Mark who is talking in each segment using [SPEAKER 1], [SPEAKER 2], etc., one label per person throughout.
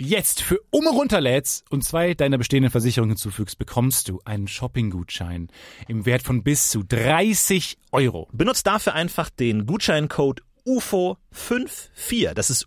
[SPEAKER 1] jetzt für Umme runterlädst und zwei deiner bestehenden Versicherungen hinzufügst, bekommst du einen Shopping-Gutschein im Wert von bis zu 30 Euro.
[SPEAKER 2] Benutzt dafür einfach den Gutscheincode UFO54, das ist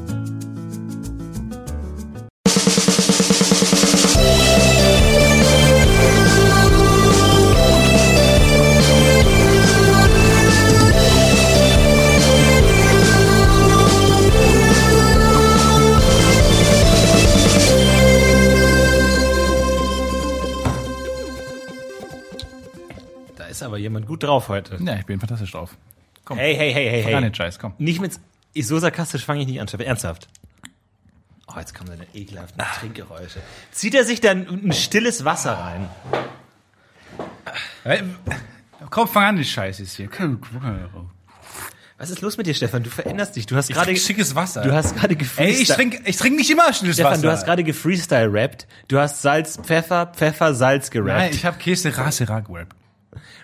[SPEAKER 3] Da ist aber jemand gut drauf heute.
[SPEAKER 1] Ja, ich bin fantastisch drauf. Komm,
[SPEAKER 3] Hey, hey, hey, hey, hey.
[SPEAKER 1] Scheiß, komm.
[SPEAKER 3] Nicht mit. Ich, so sarkastisch fange ich nicht an, Stefan. Ernsthaft. Oh, jetzt kommen seine
[SPEAKER 1] Ah.
[SPEAKER 3] ekelhaften Trinkgeräusche. Zieht er sich dann ein stilles Wasser rein?
[SPEAKER 1] Komm, fang an, die Scheiße ist hier. Komm, guck mal drauf.
[SPEAKER 3] Was ist los mit dir, Stefan? Du veränderst dich. Du hast gerade.
[SPEAKER 1] trink schickes Wasser.
[SPEAKER 3] Du hast gerade
[SPEAKER 1] Ey, ich
[SPEAKER 3] gefreestylt.
[SPEAKER 1] trinke ich trink nicht immer stilles
[SPEAKER 3] Stefan,
[SPEAKER 1] Wasser.
[SPEAKER 3] du hast gerade gefreestyle rappt. Du hast Salz, Pfeffer, Pfeffer, Salz gerappt.
[SPEAKER 1] Nein, ich habe Käse Rasera gerappt.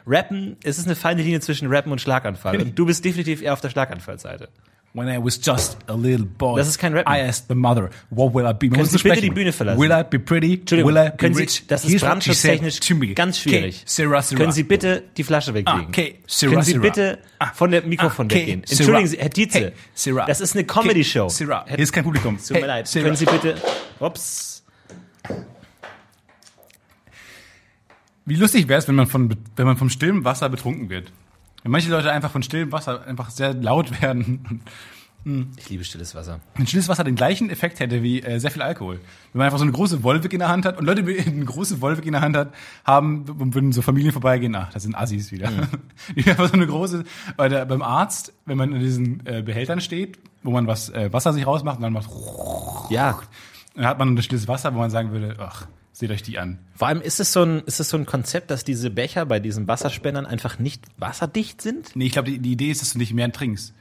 [SPEAKER 3] Rappen, es ist eine feine Linie zwischen Rappen und Schlaganfall. Und du bist definitiv eher auf der Schlaganfallseite.
[SPEAKER 1] When I was just a little boy.
[SPEAKER 3] Das ist kein Rappen.
[SPEAKER 1] I asked the mother, what will I be?
[SPEAKER 3] Können
[SPEAKER 1] Man muss
[SPEAKER 3] Sie
[SPEAKER 1] nicht
[SPEAKER 3] bitte
[SPEAKER 1] sprechen.
[SPEAKER 3] die Bühne verlassen?
[SPEAKER 1] Will I be pretty?
[SPEAKER 3] Entschuldigung,
[SPEAKER 1] Will I be
[SPEAKER 3] können Sie-
[SPEAKER 1] rich?
[SPEAKER 3] das ist
[SPEAKER 1] Here's what she said
[SPEAKER 3] brandschutztechnisch
[SPEAKER 1] to me.
[SPEAKER 3] ganz schwierig.
[SPEAKER 1] Okay, Sarah, Sarah.
[SPEAKER 3] Können Sie bitte die Flasche weglegen?
[SPEAKER 1] Ah, okay. Syrah,
[SPEAKER 3] Können Sie
[SPEAKER 1] Syrah.
[SPEAKER 3] bitte
[SPEAKER 1] Ah,
[SPEAKER 3] von der Mikrofon
[SPEAKER 1] ah, okay.
[SPEAKER 3] weggehen?
[SPEAKER 1] Syrah.
[SPEAKER 3] Entschuldigen Sie, Herr Dietze,
[SPEAKER 1] Hey, Syrah.
[SPEAKER 3] das ist eine Comedy-Show.
[SPEAKER 1] Okay, Syrah,
[SPEAKER 3] Herr-
[SPEAKER 1] hier ist kein Publikum.
[SPEAKER 3] Tut mir leid.
[SPEAKER 1] Syrah.
[SPEAKER 3] Können Sie bitte... Ups.
[SPEAKER 1] Wie lustig wäre es, wenn man von wenn man vom stillen Wasser betrunken wird. Wenn manche Leute einfach von stillem Wasser einfach sehr laut werden.
[SPEAKER 3] Ich liebe stilles Wasser.
[SPEAKER 1] Wenn stilles Wasser den gleichen Effekt hätte wie äh, sehr viel Alkohol. Wenn man einfach so eine große Wolwig in der Hand hat und Leute, die eine große Wolwig in der Hand hat, haben w- würden so Familien vorbeigehen, ach, das sind Assis wieder.
[SPEAKER 3] Mhm.
[SPEAKER 1] Die einfach so eine große bei der, beim Arzt, wenn man in diesen äh, Behältern steht, wo man was äh, Wasser sich rausmacht und dann macht Oh
[SPEAKER 3] Ja.
[SPEAKER 1] dann hat man ein stilles Wasser, wo man sagen würde, ach, seht euch die an.
[SPEAKER 3] Vor allem ist es, so ein, ist es so ein Konzept, dass diese Becher bei diesen Wasserspendern einfach nicht wasserdicht sind?
[SPEAKER 1] Nee, ich glaube, die, die Idee ist, dass du nicht mehr trinkst.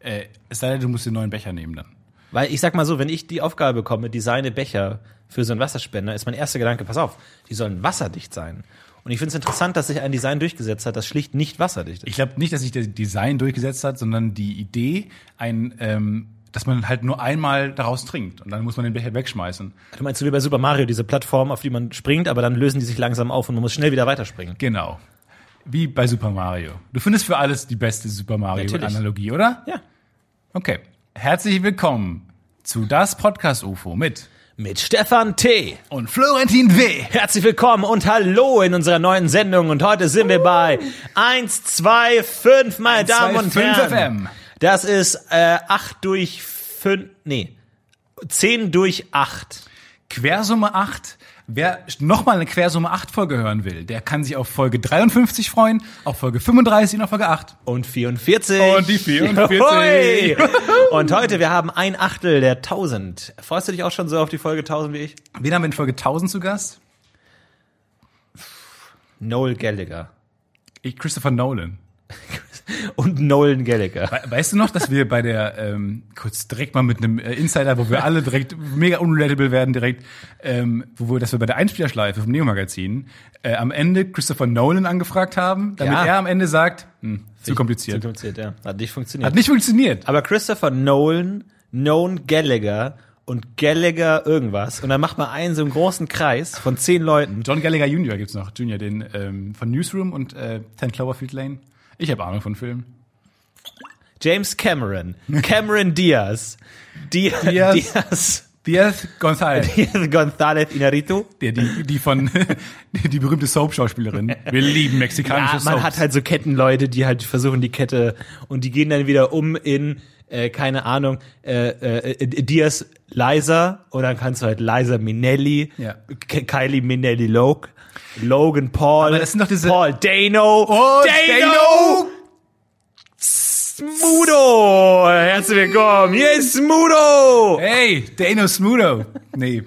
[SPEAKER 1] Äh, es sei denn, du musst den neuen Becher nehmen dann.
[SPEAKER 3] Weil ich sag mal so, wenn ich die Aufgabe bekomme, designe Becher für so einen Wasserspender, ist mein erster Gedanke, pass auf, die sollen wasserdicht sein. Und ich finde es interessant, dass sich ein Design durchgesetzt hat, das schlicht nicht wasserdicht ist.
[SPEAKER 1] Ich glaube nicht, dass sich das Design durchgesetzt hat, sondern die Idee, ein, ähm, dass man halt nur einmal daraus trinkt und dann muss man den Becher wegschmeißen.
[SPEAKER 3] Du meinst so wie bei Super Mario, diese Plattform, auf die man springt, aber dann lösen die sich langsam auf und man muss schnell wieder weiterspringen.
[SPEAKER 1] Genau. Wie bei Super Mario. Du findest für alles die beste Super
[SPEAKER 3] Natürlich.
[SPEAKER 1] Mario-Analogie, oder?
[SPEAKER 3] Ja.
[SPEAKER 1] Okay. Herzlich willkommen zu das Podcast-UFO mit
[SPEAKER 3] Mit Stefan T.
[SPEAKER 1] und Florentin W.
[SPEAKER 3] Herzlich willkommen und hallo in unserer neuen Sendung. Und heute sind wir bei 125, meine Damen und
[SPEAKER 1] 125
[SPEAKER 3] Herren.
[SPEAKER 1] FM.
[SPEAKER 3] Das ist äh, 8 durch 5, nee, 10 durch 8.
[SPEAKER 1] Quersumme 8. Wer nochmal eine Quersumme 8 Folge hören will, der kann sich auf Folge 53 freuen, auf Folge 35 und auf Folge 8.
[SPEAKER 3] Und 44.
[SPEAKER 1] Und die 44.
[SPEAKER 3] Hoi! Und heute, wir haben ein Achtel der 1000. Freust du dich auch schon so auf die Folge 1000 wie ich?
[SPEAKER 1] Wen haben wir in Folge 1000 zu Gast?
[SPEAKER 3] Noel Gallagher.
[SPEAKER 1] Ich, Christopher Nolan.
[SPEAKER 3] Und Nolan Gallagher.
[SPEAKER 1] We weißt du noch, dass wir bei der, ähm, kurz direkt mal mit einem äh, Insider, wo wir alle direkt mega unrelatable werden, direkt, ähm, wo wir, dass wir bei der Einspielerschleife vom Neo-Magazin äh, am Ende Christopher Nolan angefragt haben, damit
[SPEAKER 3] Ja.
[SPEAKER 1] er am Ende sagt, hm, zu kompliziert.
[SPEAKER 3] Zu kompliziert, ja. Hat nicht funktioniert.
[SPEAKER 1] Hat nicht funktioniert.
[SPEAKER 3] Aber Christopher Nolan, Known Gallagher und Gallagher irgendwas. Und dann macht man einen so einen großen Kreis von zehn Leuten.
[SPEAKER 1] John Gallagher Jr. gibt's noch, Junior, den ähm, von Newsroom und äh, 10 Cloverfield Lane. Ich habe Ahnung von Filmen.
[SPEAKER 3] James Cameron, Cameron Diaz, Diaz,
[SPEAKER 1] Diaz.
[SPEAKER 3] Diaz,
[SPEAKER 1] Diaz Gonzalez,
[SPEAKER 3] Diaz González Inarritu.
[SPEAKER 1] die, die, die von die, die berühmte Soap-Schauspielerin. Wir lieben mexikanische
[SPEAKER 3] Ja, man hat
[SPEAKER 1] Soaps.
[SPEAKER 3] halt so Kettenleute, die halt versuchen die Kette und die gehen dann wieder um in äh, keine Ahnung äh, äh, äh, Diaz Liza oder dann kannst du halt Liza Minnelli,
[SPEAKER 1] Ja.
[SPEAKER 3] K Kylie Minnelli Logue, Logan Paul,
[SPEAKER 1] Aber das sind doch diese-
[SPEAKER 3] Paul Dano,
[SPEAKER 1] Oh, Dano!
[SPEAKER 3] Smudo, herzlich willkommen, hier ist Smudo.
[SPEAKER 1] Hey, Dano Smudo. Nee.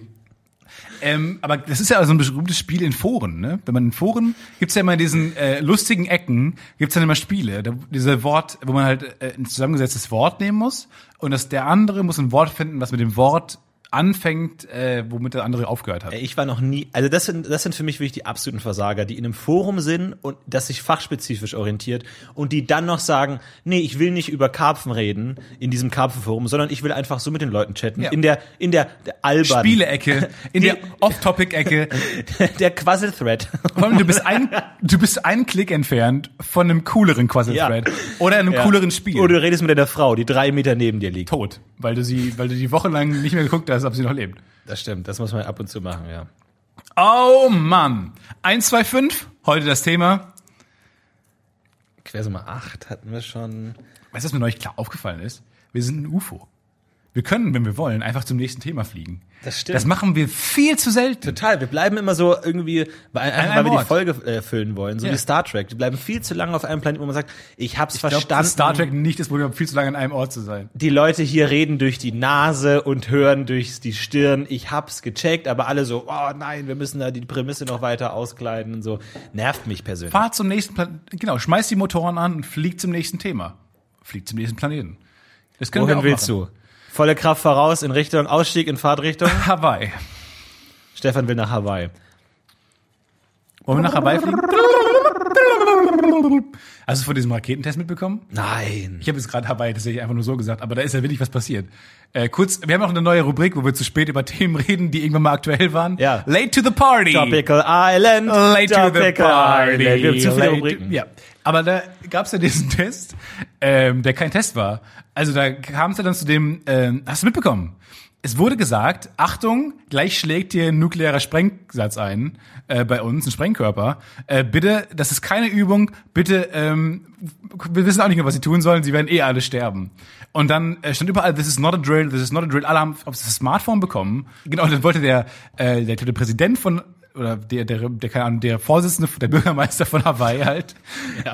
[SPEAKER 1] Ähm, aber das ist ja so ein berühmtes Spiel in Foren, ne? Wenn man in Foren gibt's ja immer in diesen äh, lustigen Ecken, gibt's dann immer Spiele, da, diese Wort, wo man halt äh, ein zusammengesetztes Wort nehmen muss und dass der andere muss ein Wort finden, was mit dem Wort anfängt, äh, womit der andere aufgehört hat.
[SPEAKER 3] Ich war noch nie, also das sind, das sind für mich wirklich die absoluten Versager, die in einem Forum sind und das sich fachspezifisch orientiert und die dann noch sagen, nee, ich will nicht über Karpfen reden in diesem Karpfenforum, sondern ich will einfach so mit den Leuten chatten.
[SPEAKER 1] Ja.
[SPEAKER 3] In der, in der, der Alban,
[SPEAKER 1] Spiele-Ecke, in der Off-Topic-Ecke.
[SPEAKER 3] der Quassel-Thread.
[SPEAKER 1] Vor allem, du bist ein, du bist einen Klick entfernt von einem cooleren Quasi-Thread.
[SPEAKER 3] Ja.
[SPEAKER 1] Oder einem cooleren Spiel.
[SPEAKER 3] Oder du redest mit deiner Frau, die drei Meter neben dir liegt.
[SPEAKER 1] tot, weil du sie, weil du die wochenlang nicht mehr geguckt hast, ob sie noch lebt.
[SPEAKER 3] Das stimmt, das muss man ab und zu machen, ja.
[SPEAKER 1] Oh Mann. 125, heute das Thema.
[SPEAKER 3] Quersumme 8 hatten wir schon.
[SPEAKER 1] Weißt du, was mir neulich klar aufgefallen ist? Wir sind ein UFO. Wir können, wenn wir wollen, einfach zum nächsten Thema fliegen.
[SPEAKER 3] Das stimmt.
[SPEAKER 1] Das machen wir viel zu selten.
[SPEAKER 3] Total, wir bleiben immer so irgendwie, weil, einfach,
[SPEAKER 1] einem
[SPEAKER 3] weil wir die
[SPEAKER 1] Ort.
[SPEAKER 3] Folge äh, füllen wollen, so
[SPEAKER 1] Ja.
[SPEAKER 3] wie Star Trek. Wir bleiben viel zu lange auf einem Planeten, wo man sagt, ich hab's
[SPEAKER 1] Ich glaub,
[SPEAKER 3] verstanden.
[SPEAKER 1] dass Star Trek nicht das Problem, hat, viel zu lange an einem Ort zu sein.
[SPEAKER 3] die Leute hier reden durch die Nase und hören durch die Stirn. Ich hab's gecheckt, aber alle so, oh nein, wir müssen da die Prämisse noch weiter auskleiden und so. Nervt mich persönlich.
[SPEAKER 1] Fahrt zum nächsten Planeten. Genau, schmeißt die Motoren an und fliegt zum nächsten Thema. Fliegt zum nächsten Planeten. Das können wir
[SPEAKER 3] Wohin
[SPEAKER 1] auch
[SPEAKER 3] willst
[SPEAKER 1] machen.
[SPEAKER 3] du? Volle Kraft voraus in Richtung Ausstieg in Fahrtrichtung.
[SPEAKER 1] Hawaii.
[SPEAKER 3] Stefan will nach Hawaii.
[SPEAKER 1] Wollen wir nach Hawaii fliegen? Hast du von diesem Raketentest mitbekommen?
[SPEAKER 3] Nein.
[SPEAKER 1] Ich habe jetzt gerade Hawaii tatsächlich einfach nur so gesagt, aber da ist ja wirklich was passiert. Äh, kurz, wir haben auch eine neue Rubrik, wo wir zu spät über Themen reden, die irgendwann mal aktuell waren.
[SPEAKER 3] Ja.
[SPEAKER 1] Late to the party.
[SPEAKER 3] Tropical Island.
[SPEAKER 1] Late to the
[SPEAKER 3] Tropical
[SPEAKER 1] party.
[SPEAKER 3] Island. Wir haben zu viele
[SPEAKER 1] Late-
[SPEAKER 3] Rubriken.
[SPEAKER 1] Ja. Aber da gab es ja diesen Test, ähm, der kein Test war. Also da kam es ja dann zu dem, ähm, hast du mitbekommen? Es wurde gesagt, Achtung, gleich schlägt dir ein nuklearer Sprengsatz ein, äh, bei uns, ein Sprengkörper. Äh, bitte, das ist keine Übung, bitte, ähm, wir wissen auch nicht mehr, was sie tun sollen, sie werden eh alle sterben. Und dann äh, stand überall, this is not a drill, this is not a drill, alle haben auf das Smartphone bekommen. Genau, und dann wollte der, äh, der, der Präsident von oder der, der, der, keine Ahnung, der Vorsitzende, der Bürgermeister von Hawaii halt,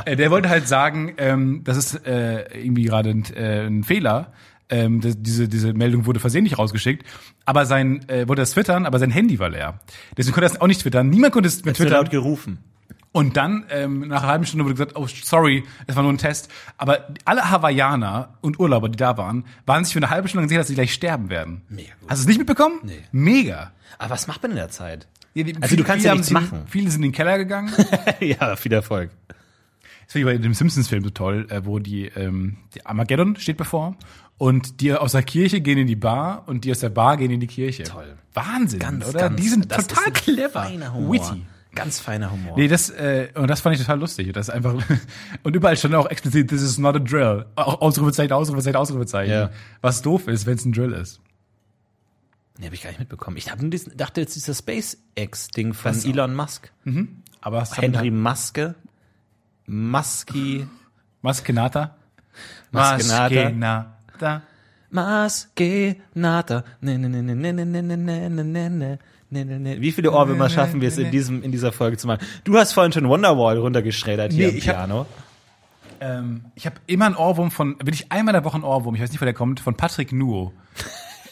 [SPEAKER 1] äh, der wollte halt sagen, ähm, das ist äh, irgendwie gerade ein, äh, ein Fehler. Ähm, das, diese, diese Meldung wurde versehentlich rausgeschickt, aber sein, äh, wollte das twittern, aber sein Handy war leer. Deswegen konnte er es auch nicht twittern. Niemand konnte es mit
[SPEAKER 3] Zu
[SPEAKER 1] twittern.
[SPEAKER 3] laut gerufen.
[SPEAKER 1] Und dann, ähm, nach einer halben Stunde wurde gesagt, oh, sorry, es war nur ein Test. Aber alle Hawaiianer und Urlauber, die da waren, waren sich für eine halbe Stunde lang sicher, dass sie gleich sterben werden.
[SPEAKER 3] Mega gut.
[SPEAKER 1] Hast du es nicht mitbekommen?
[SPEAKER 3] Nee.
[SPEAKER 1] Mega.
[SPEAKER 3] Aber was macht man in der Zeit?
[SPEAKER 1] Ja, die-
[SPEAKER 3] Also du kannst ja
[SPEAKER 1] haben
[SPEAKER 3] nichts
[SPEAKER 1] sie-
[SPEAKER 3] machen.
[SPEAKER 1] Viele sind in den Keller gegangen.
[SPEAKER 3] ja, viel Erfolg.
[SPEAKER 1] Das finde ich bei dem Simpsons-Film so toll, äh, wo die, ähm, die Armageddon steht bevor und die aus der Kirche gehen in die Bar und die aus der Bar gehen in die Kirche.
[SPEAKER 3] Toll.
[SPEAKER 1] Wahnsinn, oder? die sind
[SPEAKER 3] das
[SPEAKER 1] total
[SPEAKER 3] ist ein
[SPEAKER 1] clever.
[SPEAKER 3] Feiner Humor.
[SPEAKER 1] Witty.
[SPEAKER 3] Ganz feiner Humor.
[SPEAKER 1] Nee, das, äh, und das fand ich total lustig. Das ist einfach, und überall stand auch explizit, this is not a drill. Au- Ausrufezeichen, Ausrufezeichen, Ausrufezeichen.
[SPEAKER 3] Ja.
[SPEAKER 1] Was doof ist, wenn es ein Drill ist.
[SPEAKER 3] Nee, habe ich gar nicht mitbekommen. Ich hab nur diesen, dachte jetzt dieser SpaceX-Ding von Elon Musk.
[SPEAKER 1] Aber es hat-
[SPEAKER 3] Henry Maske. Maski.
[SPEAKER 1] Maskenata.
[SPEAKER 3] Maskenata.
[SPEAKER 1] Maskenata.
[SPEAKER 3] Mas genata. Ne, ne, ne, ne, ne, ne, ne, ne, ne, ne, ne. Ne, ne, ne. Wie viele Ohrwürmer schaffen wir es in, diesem, in dieser Folge zu machen? Du hast vorhin schon Wonderwall runtergeschreddert hier
[SPEAKER 1] Nee,
[SPEAKER 3] am
[SPEAKER 1] ich hab-
[SPEAKER 3] Piano.
[SPEAKER 1] Ähm, ich habe immer einen Ohrwurm von, bin ich einmal in der Woche einen Ohrwurm, ich weiß nicht, wo der kommt, von Patrick Nuo.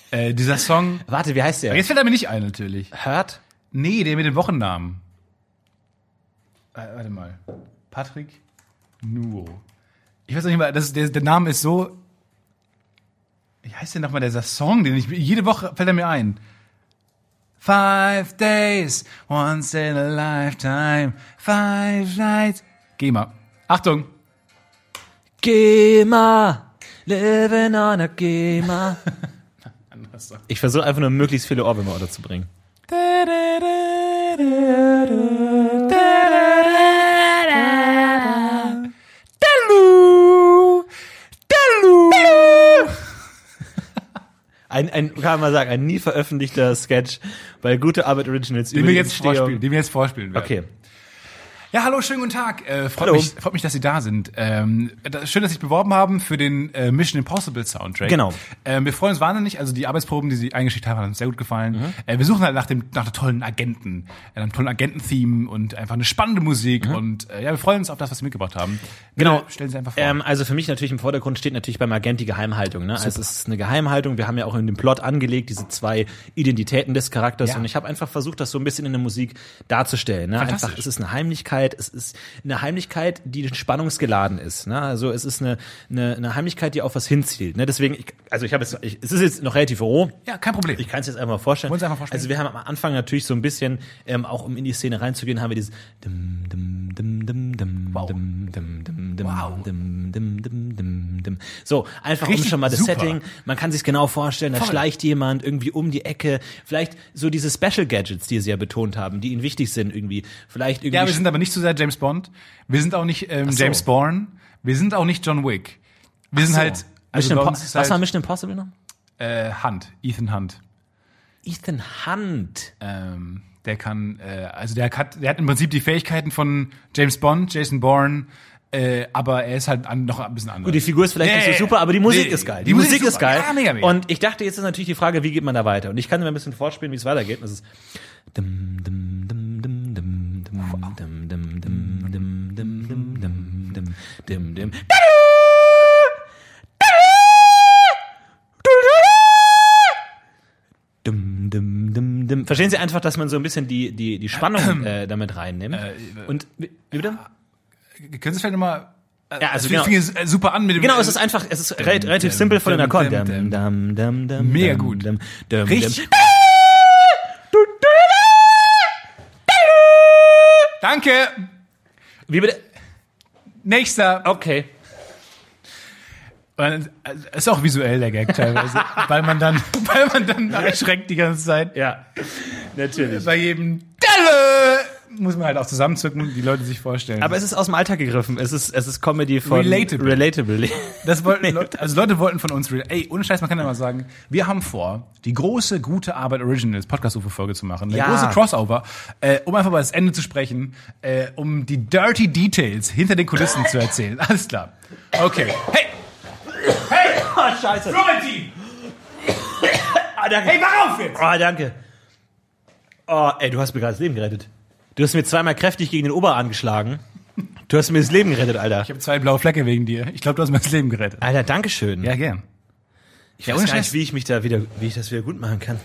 [SPEAKER 1] äh, dieser Song.
[SPEAKER 3] Warte, wie heißt der?
[SPEAKER 1] Jetzt fällt er mir nicht ein, natürlich.
[SPEAKER 3] Hört?
[SPEAKER 1] Nee, der mit dem Wochennamen. Äh, warte mal. Patrick Nuo. Ich weiß noch nicht mal, das, der, der Name ist so. Wie heißt denn nochmal dieser Song, den ich. Jede Woche fällt er mir ein. Five days, once in a lifetime, five nights. Geh mal. Achtung!
[SPEAKER 3] GEMA. Living on a GEMA.
[SPEAKER 1] Anderes Song.
[SPEAKER 3] Ich versuche einfach nur möglichst viele Ohrwürmer unterzubringen. Ein, ein, kann man sagen, ein nie veröffentlichter Sketch bei Gute Arbeit Originals.
[SPEAKER 1] Den
[SPEAKER 3] über
[SPEAKER 1] wir
[SPEAKER 3] die
[SPEAKER 1] jetzt
[SPEAKER 3] Entstehung-
[SPEAKER 1] vorspielen. Den wir jetzt vorspielen werden.
[SPEAKER 3] Okay.
[SPEAKER 1] Ja, hallo, schönen guten Tag. Äh, freut,
[SPEAKER 3] Hallo.
[SPEAKER 1] Mich, freut mich, dass Sie da sind. Ähm, da, schön, dass Sie sich beworben haben für den äh, Mission Impossible Soundtrack.
[SPEAKER 3] Genau.
[SPEAKER 1] Ähm, wir freuen uns wahnsinnig. Also die Arbeitsproben, die Sie eingeschickt haben, haben uns sehr gut gefallen.
[SPEAKER 3] Mhm.
[SPEAKER 1] Äh, wir suchen halt nach dem nach der tollen Agenten, äh, einem tollen Agenten-Theme und einfach eine spannende Musik. Und äh, ja, wir freuen uns auf das, was Sie mitgebracht haben.
[SPEAKER 3] Mhm. Genau.
[SPEAKER 1] Bitte Stellen Sie einfach vor.
[SPEAKER 3] Ähm, also für mich natürlich im Vordergrund steht natürlich beim Agent die Geheimhaltung. Ne? Also es ist eine Geheimhaltung. Wir haben ja auch in dem Plot angelegt, diese zwei Identitäten des Charakters.
[SPEAKER 1] Ja.
[SPEAKER 3] Und ich habe einfach versucht, das so ein bisschen in der Musik darzustellen. Ne?
[SPEAKER 1] Fantastisch.
[SPEAKER 3] Einfach, es ist eine Heimlichkeit. Es ist eine Heimlichkeit, die spannungsgeladen ist. Ne? Also es ist eine, eine, eine Heimlichkeit, die auf was hinzielt. Ne? Deswegen, ich, also ich habe jetzt, ich, es ist jetzt noch relativ roh.
[SPEAKER 1] ja, kein Problem.
[SPEAKER 3] Ich kann es jetzt einfach mal vorstellen.
[SPEAKER 1] Wollen Sie einfach vorstellen?
[SPEAKER 3] Also wir haben am Anfang natürlich so ein bisschen, ähm, auch um in die Szene reinzugehen, haben wir dieses dum, dum, dum, dum, dum,
[SPEAKER 1] Wow.
[SPEAKER 3] dum, dum, dum, dum,
[SPEAKER 1] Wow.
[SPEAKER 3] dum, dum, dum, dum, dum. So, einfach um
[SPEAKER 1] Richtig
[SPEAKER 3] schon mal das
[SPEAKER 1] super.
[SPEAKER 3] Setting, man kann sich genau vorstellen, da
[SPEAKER 1] Voll.
[SPEAKER 3] schleicht jemand irgendwie um die Ecke, vielleicht so diese Special Gadgets, die sie ja betont haben, die ihnen wichtig sind irgendwie, vielleicht irgendwie
[SPEAKER 1] ja, wir sind aber nicht zu sehr James Bond. Wir sind auch nicht ähm,
[SPEAKER 3] so.
[SPEAKER 1] James Bourne. Wir sind auch nicht John Wick. Wir sind halt.
[SPEAKER 3] Mission
[SPEAKER 1] bei
[SPEAKER 3] Impo-
[SPEAKER 1] uns ist
[SPEAKER 3] Was war
[SPEAKER 1] halt,
[SPEAKER 3] Mission Impossible noch?
[SPEAKER 1] äh, Hunt, Ethan Hunt.
[SPEAKER 3] Ethan Hunt.
[SPEAKER 1] Ähm, der kann, äh, also der hat, der hat im Prinzip die Fähigkeiten von James Bond, Jason Bourne, äh, aber er ist halt an, noch ein bisschen anders.
[SPEAKER 3] Gut, die Figur ist vielleicht
[SPEAKER 1] Nee,
[SPEAKER 3] nicht so super, aber die Musik
[SPEAKER 1] nee,
[SPEAKER 3] ist geil.
[SPEAKER 1] die Musik ist super.
[SPEAKER 3] geil.
[SPEAKER 1] Ja, mega, mega.
[SPEAKER 3] Und ich dachte, jetzt ist natürlich die Frage, wie geht man da weiter? Und ich kann mir ein bisschen vorspielen, wie es weitergeht. Und Das ist dum, dum, dum, dum, dum, dum, dum, dum, dum, dum, dum, dum, dum, dum, dum, dum. Dum, dum, dum, dum. Verstehen Sie einfach, dass man so ein bisschen die, die, die Spannung äh, damit reinnimmt? Und wie, wie bitte?
[SPEAKER 1] Können Sie vielleicht nochmal,
[SPEAKER 3] Ja,
[SPEAKER 1] also genau. fing es äh, super an mit dem,
[SPEAKER 3] Genau, es ist einfach, es ist rel- relativ simpel von den
[SPEAKER 1] dum,
[SPEAKER 3] Akkorden.
[SPEAKER 1] dum,
[SPEAKER 3] Dum,
[SPEAKER 1] dum.
[SPEAKER 3] dum, dum,
[SPEAKER 1] Mega
[SPEAKER 3] dum,
[SPEAKER 1] gut.
[SPEAKER 3] dum, dum,
[SPEAKER 1] richtig.
[SPEAKER 3] dum.
[SPEAKER 1] Danke,
[SPEAKER 3] Wie bitte?
[SPEAKER 1] nächster.
[SPEAKER 3] Okay.
[SPEAKER 1] Weil, äh, Ist auch visuell der Gag teilweise, weil man dann, weil man dann erschreckt die ganze Zeit.
[SPEAKER 3] Ja, natürlich.
[SPEAKER 1] Bei jedem Delle muss man halt auch zusammenzücken, die Leute sich vorstellen.
[SPEAKER 3] Aber es ist aus dem Alltag gegriffen. Es ist, es ist Comedy von
[SPEAKER 1] Relatable.
[SPEAKER 3] relatable. Oh,
[SPEAKER 1] Das wollten Leute, also Leute wollten von uns, real- ey, ohne Scheiß, man kann ja mal sagen, wir haben vor, die große gute Arbeit Originals Podcast UFO Folge zu machen, eine
[SPEAKER 3] Ja.
[SPEAKER 1] große Crossover, äh, um einfach mal das Ende zu sprechen, äh, um die Dirty Details hinter den Kulissen zu erzählen. Alles klar. Okay. Hey,
[SPEAKER 3] Ah, scheiße.
[SPEAKER 1] Florentin,
[SPEAKER 3] Ah, danke.
[SPEAKER 1] hey, wach auf jetzt!
[SPEAKER 3] Ah, danke. Oh, ey, du hast mir gerade das Leben gerettet. Du hast mir zweimal kräftig gegen den Ober angeschlagen. Du hast mir das Leben gerettet, Alter.
[SPEAKER 1] Ich habe zwei blaue Flecke wegen dir. Ich glaube, du hast mir das Leben gerettet.
[SPEAKER 3] Alter, Dankeschön.
[SPEAKER 1] Ja, gern.
[SPEAKER 3] ich
[SPEAKER 1] ja,
[SPEAKER 3] weiß
[SPEAKER 1] ohne
[SPEAKER 3] gar nicht,
[SPEAKER 1] Scheiß.
[SPEAKER 3] wie ich mich da wieder, wie ich das wieder gut machen kann.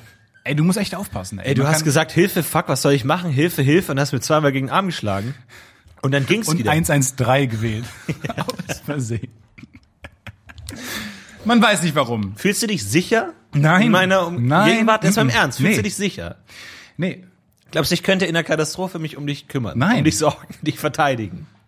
[SPEAKER 1] Ey, du musst echt aufpassen.
[SPEAKER 3] Ey, du
[SPEAKER 1] Man
[SPEAKER 3] hast
[SPEAKER 1] kann-
[SPEAKER 3] gesagt, Hilfe, fuck, was soll ich machen? Hilfe, Hilfe und hast mir zweimal gegen den Arm geschlagen. Und dann ging's
[SPEAKER 1] und
[SPEAKER 3] wieder.
[SPEAKER 1] 113 gewählt. Aus Versehen. Man weiß nicht warum.
[SPEAKER 3] Fühlst du dich sicher?
[SPEAKER 1] Nein.
[SPEAKER 3] In meiner um
[SPEAKER 1] Nein.
[SPEAKER 3] Gegenwart, jetzt mal im
[SPEAKER 1] Mhm.
[SPEAKER 3] Ernst, fühlst
[SPEAKER 1] Nee.
[SPEAKER 3] du dich sicher?
[SPEAKER 1] Nee,
[SPEAKER 3] Glaubst du, ich könnte in der Katastrophe mich um dich kümmern?
[SPEAKER 1] Nein.
[SPEAKER 3] Um dich sorgen, dich verteidigen?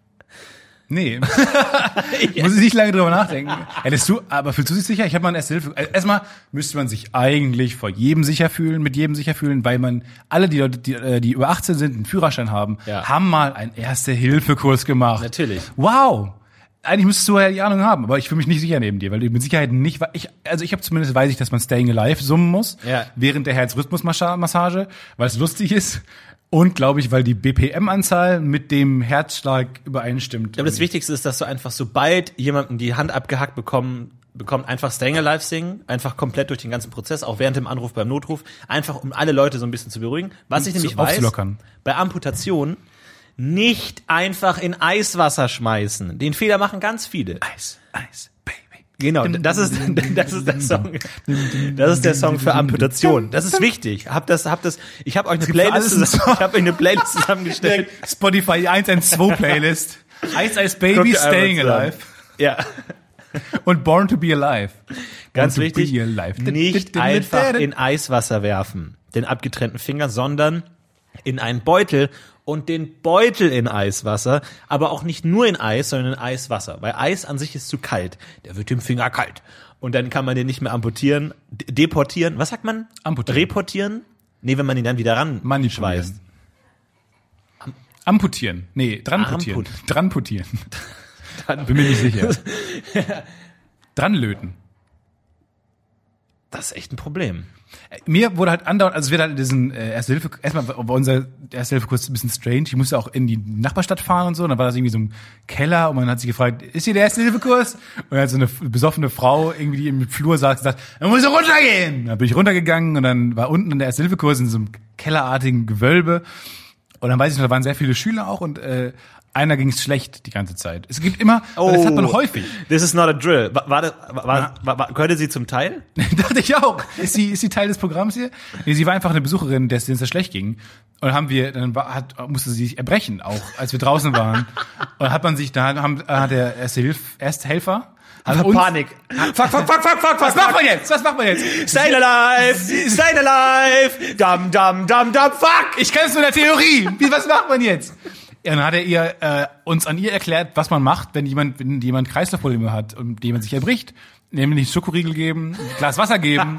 [SPEAKER 1] Nee. Muss ich nicht lange drüber nachdenken. Hättest du, aber fühlst du dich sicher? Ich habe mal eine erste Hilfe. Also Erstmal müsste man sich eigentlich vor jedem sicher fühlen, mit jedem sicher fühlen, weil man alle die Leute, die, äh, die über 18 sind, einen Führerschein haben,
[SPEAKER 3] Ja.
[SPEAKER 1] haben mal einen Erste-Hilfe-Kurs gemacht.
[SPEAKER 3] Natürlich.
[SPEAKER 1] Wow. Eigentlich müsstest du ja die Ahnung haben, aber ich fühle mich nicht sicher neben dir, weil du mit Sicherheit nicht, weil ich, also ich habe zumindest weiß ich, dass man Staying Alive summen muss,
[SPEAKER 3] Ja.
[SPEAKER 1] während der Herzrhythmusmassage, weil es lustig ist und glaube ich, weil die BPM-Anzahl mit dem Herzschlag übereinstimmt.
[SPEAKER 3] glaube, das Wichtigste ist, dass du einfach, sobald jemandem die Hand abgehackt bekommen, bekommt, einfach Staying Alive singen, einfach komplett durch den ganzen Prozess, auch während dem Anruf beim Notruf, einfach um alle Leute so ein bisschen zu beruhigen. Was ich
[SPEAKER 1] Um zu-
[SPEAKER 3] nämlich weiß,
[SPEAKER 1] aufzulockern.
[SPEAKER 3] bei Amputation nicht einfach in Eiswasser schmeißen. Den Fehler machen ganz viele.
[SPEAKER 1] Eis, Eis, Baby.
[SPEAKER 3] Genau, das ist, das ist der Song. Das ist der Song für Amputation. Das ist wichtig. Hab das, hab das, ich habe euch eine
[SPEAKER 1] für
[SPEAKER 3] Playlist,
[SPEAKER 1] alles einen
[SPEAKER 3] zusammen, ich hab euch eine Playlist zusammengestellt.
[SPEAKER 1] Spotify 112 Playlist. Eis, Eis, Baby,
[SPEAKER 3] Guckt ihr einmal
[SPEAKER 1] Staying
[SPEAKER 3] zusammen.
[SPEAKER 1] Alive.
[SPEAKER 3] Ja.
[SPEAKER 1] Und Born to be Alive.
[SPEAKER 3] Ganz
[SPEAKER 1] Born
[SPEAKER 3] wichtig,
[SPEAKER 1] To be alive.
[SPEAKER 3] nicht einfach in Eiswasser werfen, den abgetrennten Finger, sondern in einen Beutel und den Beutel in Eiswasser, aber auch nicht nur in Eis, sondern in Eiswasser, weil Eis an sich ist zu kalt. Der wird dem Finger kalt. Und dann kann man den nicht mehr amputieren, de- deportieren. Was sagt man?
[SPEAKER 1] Amputieren.
[SPEAKER 3] Reportieren? Nee, wenn man ihn dann wieder ran schweißt.
[SPEAKER 1] Manipulieren. Amputieren. Nee, dranputieren.
[SPEAKER 3] Armput-
[SPEAKER 1] Dranputieren. Bin mir nicht sicher. Dranlöten.
[SPEAKER 3] Das ist echt ein Problem.
[SPEAKER 1] Mir wurde halt andauernd, also es wird halt diesen äh, Erste-Hilfe, erstmal war unser Erste-Hilfe-Kurs ein bisschen strange. Ich musste auch in die Nachbarstadt fahren und so. Und dann war das irgendwie so ein Keller und man hat sich gefragt, ist hier der Erste-Hilfe-Kurs? Und dann hat so eine f- besoffene Frau irgendwie, die im Flur saß, gesagt, dann muss ich runtergehen. Dann bin ich runtergegangen und dann war unten der Erste-Hilfe-Kurs in so einem kellerartigen Gewölbe. Und dann weiß ich noch, da waren sehr viele Schüler auch und äh, einer ging es schlecht die ganze Zeit. Es gibt immer, das
[SPEAKER 3] Oh.
[SPEAKER 1] hat man häufig.
[SPEAKER 3] This is not a drill. War, war, das- war, war, war, war, gehörte sie zum Teil?
[SPEAKER 1] Dachte ich auch. Ist sie, ist sie Teil des Programms hier? Nee, sie war einfach eine Besucherin, der es der es schlecht ging. Und haben wir, dann war, hat, musste sie sich erbrechen, auch als wir draußen waren. Und hat man sich, da haben, hat der erste Hilf, Ersthelfer, hat uns,
[SPEAKER 3] Panik. Fuck, fuck, fuck, fuck, fuck,
[SPEAKER 1] was macht man jetzt? Was macht man jetzt?
[SPEAKER 3] Stay alive! Stay alive! Dum, dum, dum, dum, fuck!
[SPEAKER 1] Ich kenn's nur in der Theorie. Wie, was macht man jetzt? Ja, dann hat er ihr, äh, uns an ihr erklärt, was man macht, wenn jemand, wenn jemand Kreislaufprobleme hat und jemand sich erbricht. Nämlich Schokoriegel geben, ein Glas Wasser geben.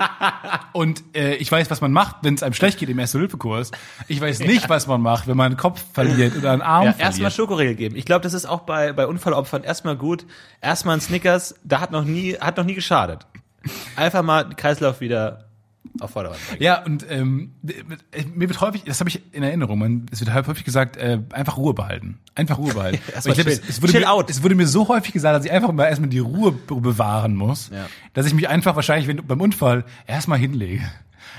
[SPEAKER 1] Und äh, ich weiß, was man macht, wenn es einem schlecht geht im Erste-Hilfe-Kurs. Ich weiß nicht, was man macht, wenn man einen Kopf verliert oder einen Arm
[SPEAKER 3] Ja,
[SPEAKER 1] verliert.
[SPEAKER 3] erstmal Schokoriegel geben. Ich glaube, das ist auch bei, bei Unfallopfern erstmal gut. Erstmal ein Snickers, da hat noch nie, hat noch nie geschadet. Einfach mal den Kreislauf wieder auf Vordermann. bringen.
[SPEAKER 1] Ja, und ähm, mir wird häufig, das habe ich in Erinnerung, man, es wird häufig gesagt, äh, einfach Ruhe behalten. Einfach Ruhe behalten.
[SPEAKER 3] Erstmal
[SPEAKER 1] Und
[SPEAKER 3] chill.
[SPEAKER 1] ich glaub, es, es wurde
[SPEAKER 3] Chill
[SPEAKER 1] mir,
[SPEAKER 3] out.
[SPEAKER 1] Es wurde mir so häufig gesagt, dass ich einfach mal erstmal die Ruhe be- bewahren muss,
[SPEAKER 3] Ja.
[SPEAKER 1] dass ich mich einfach wahrscheinlich wenn, beim Unfall erstmal hinlege.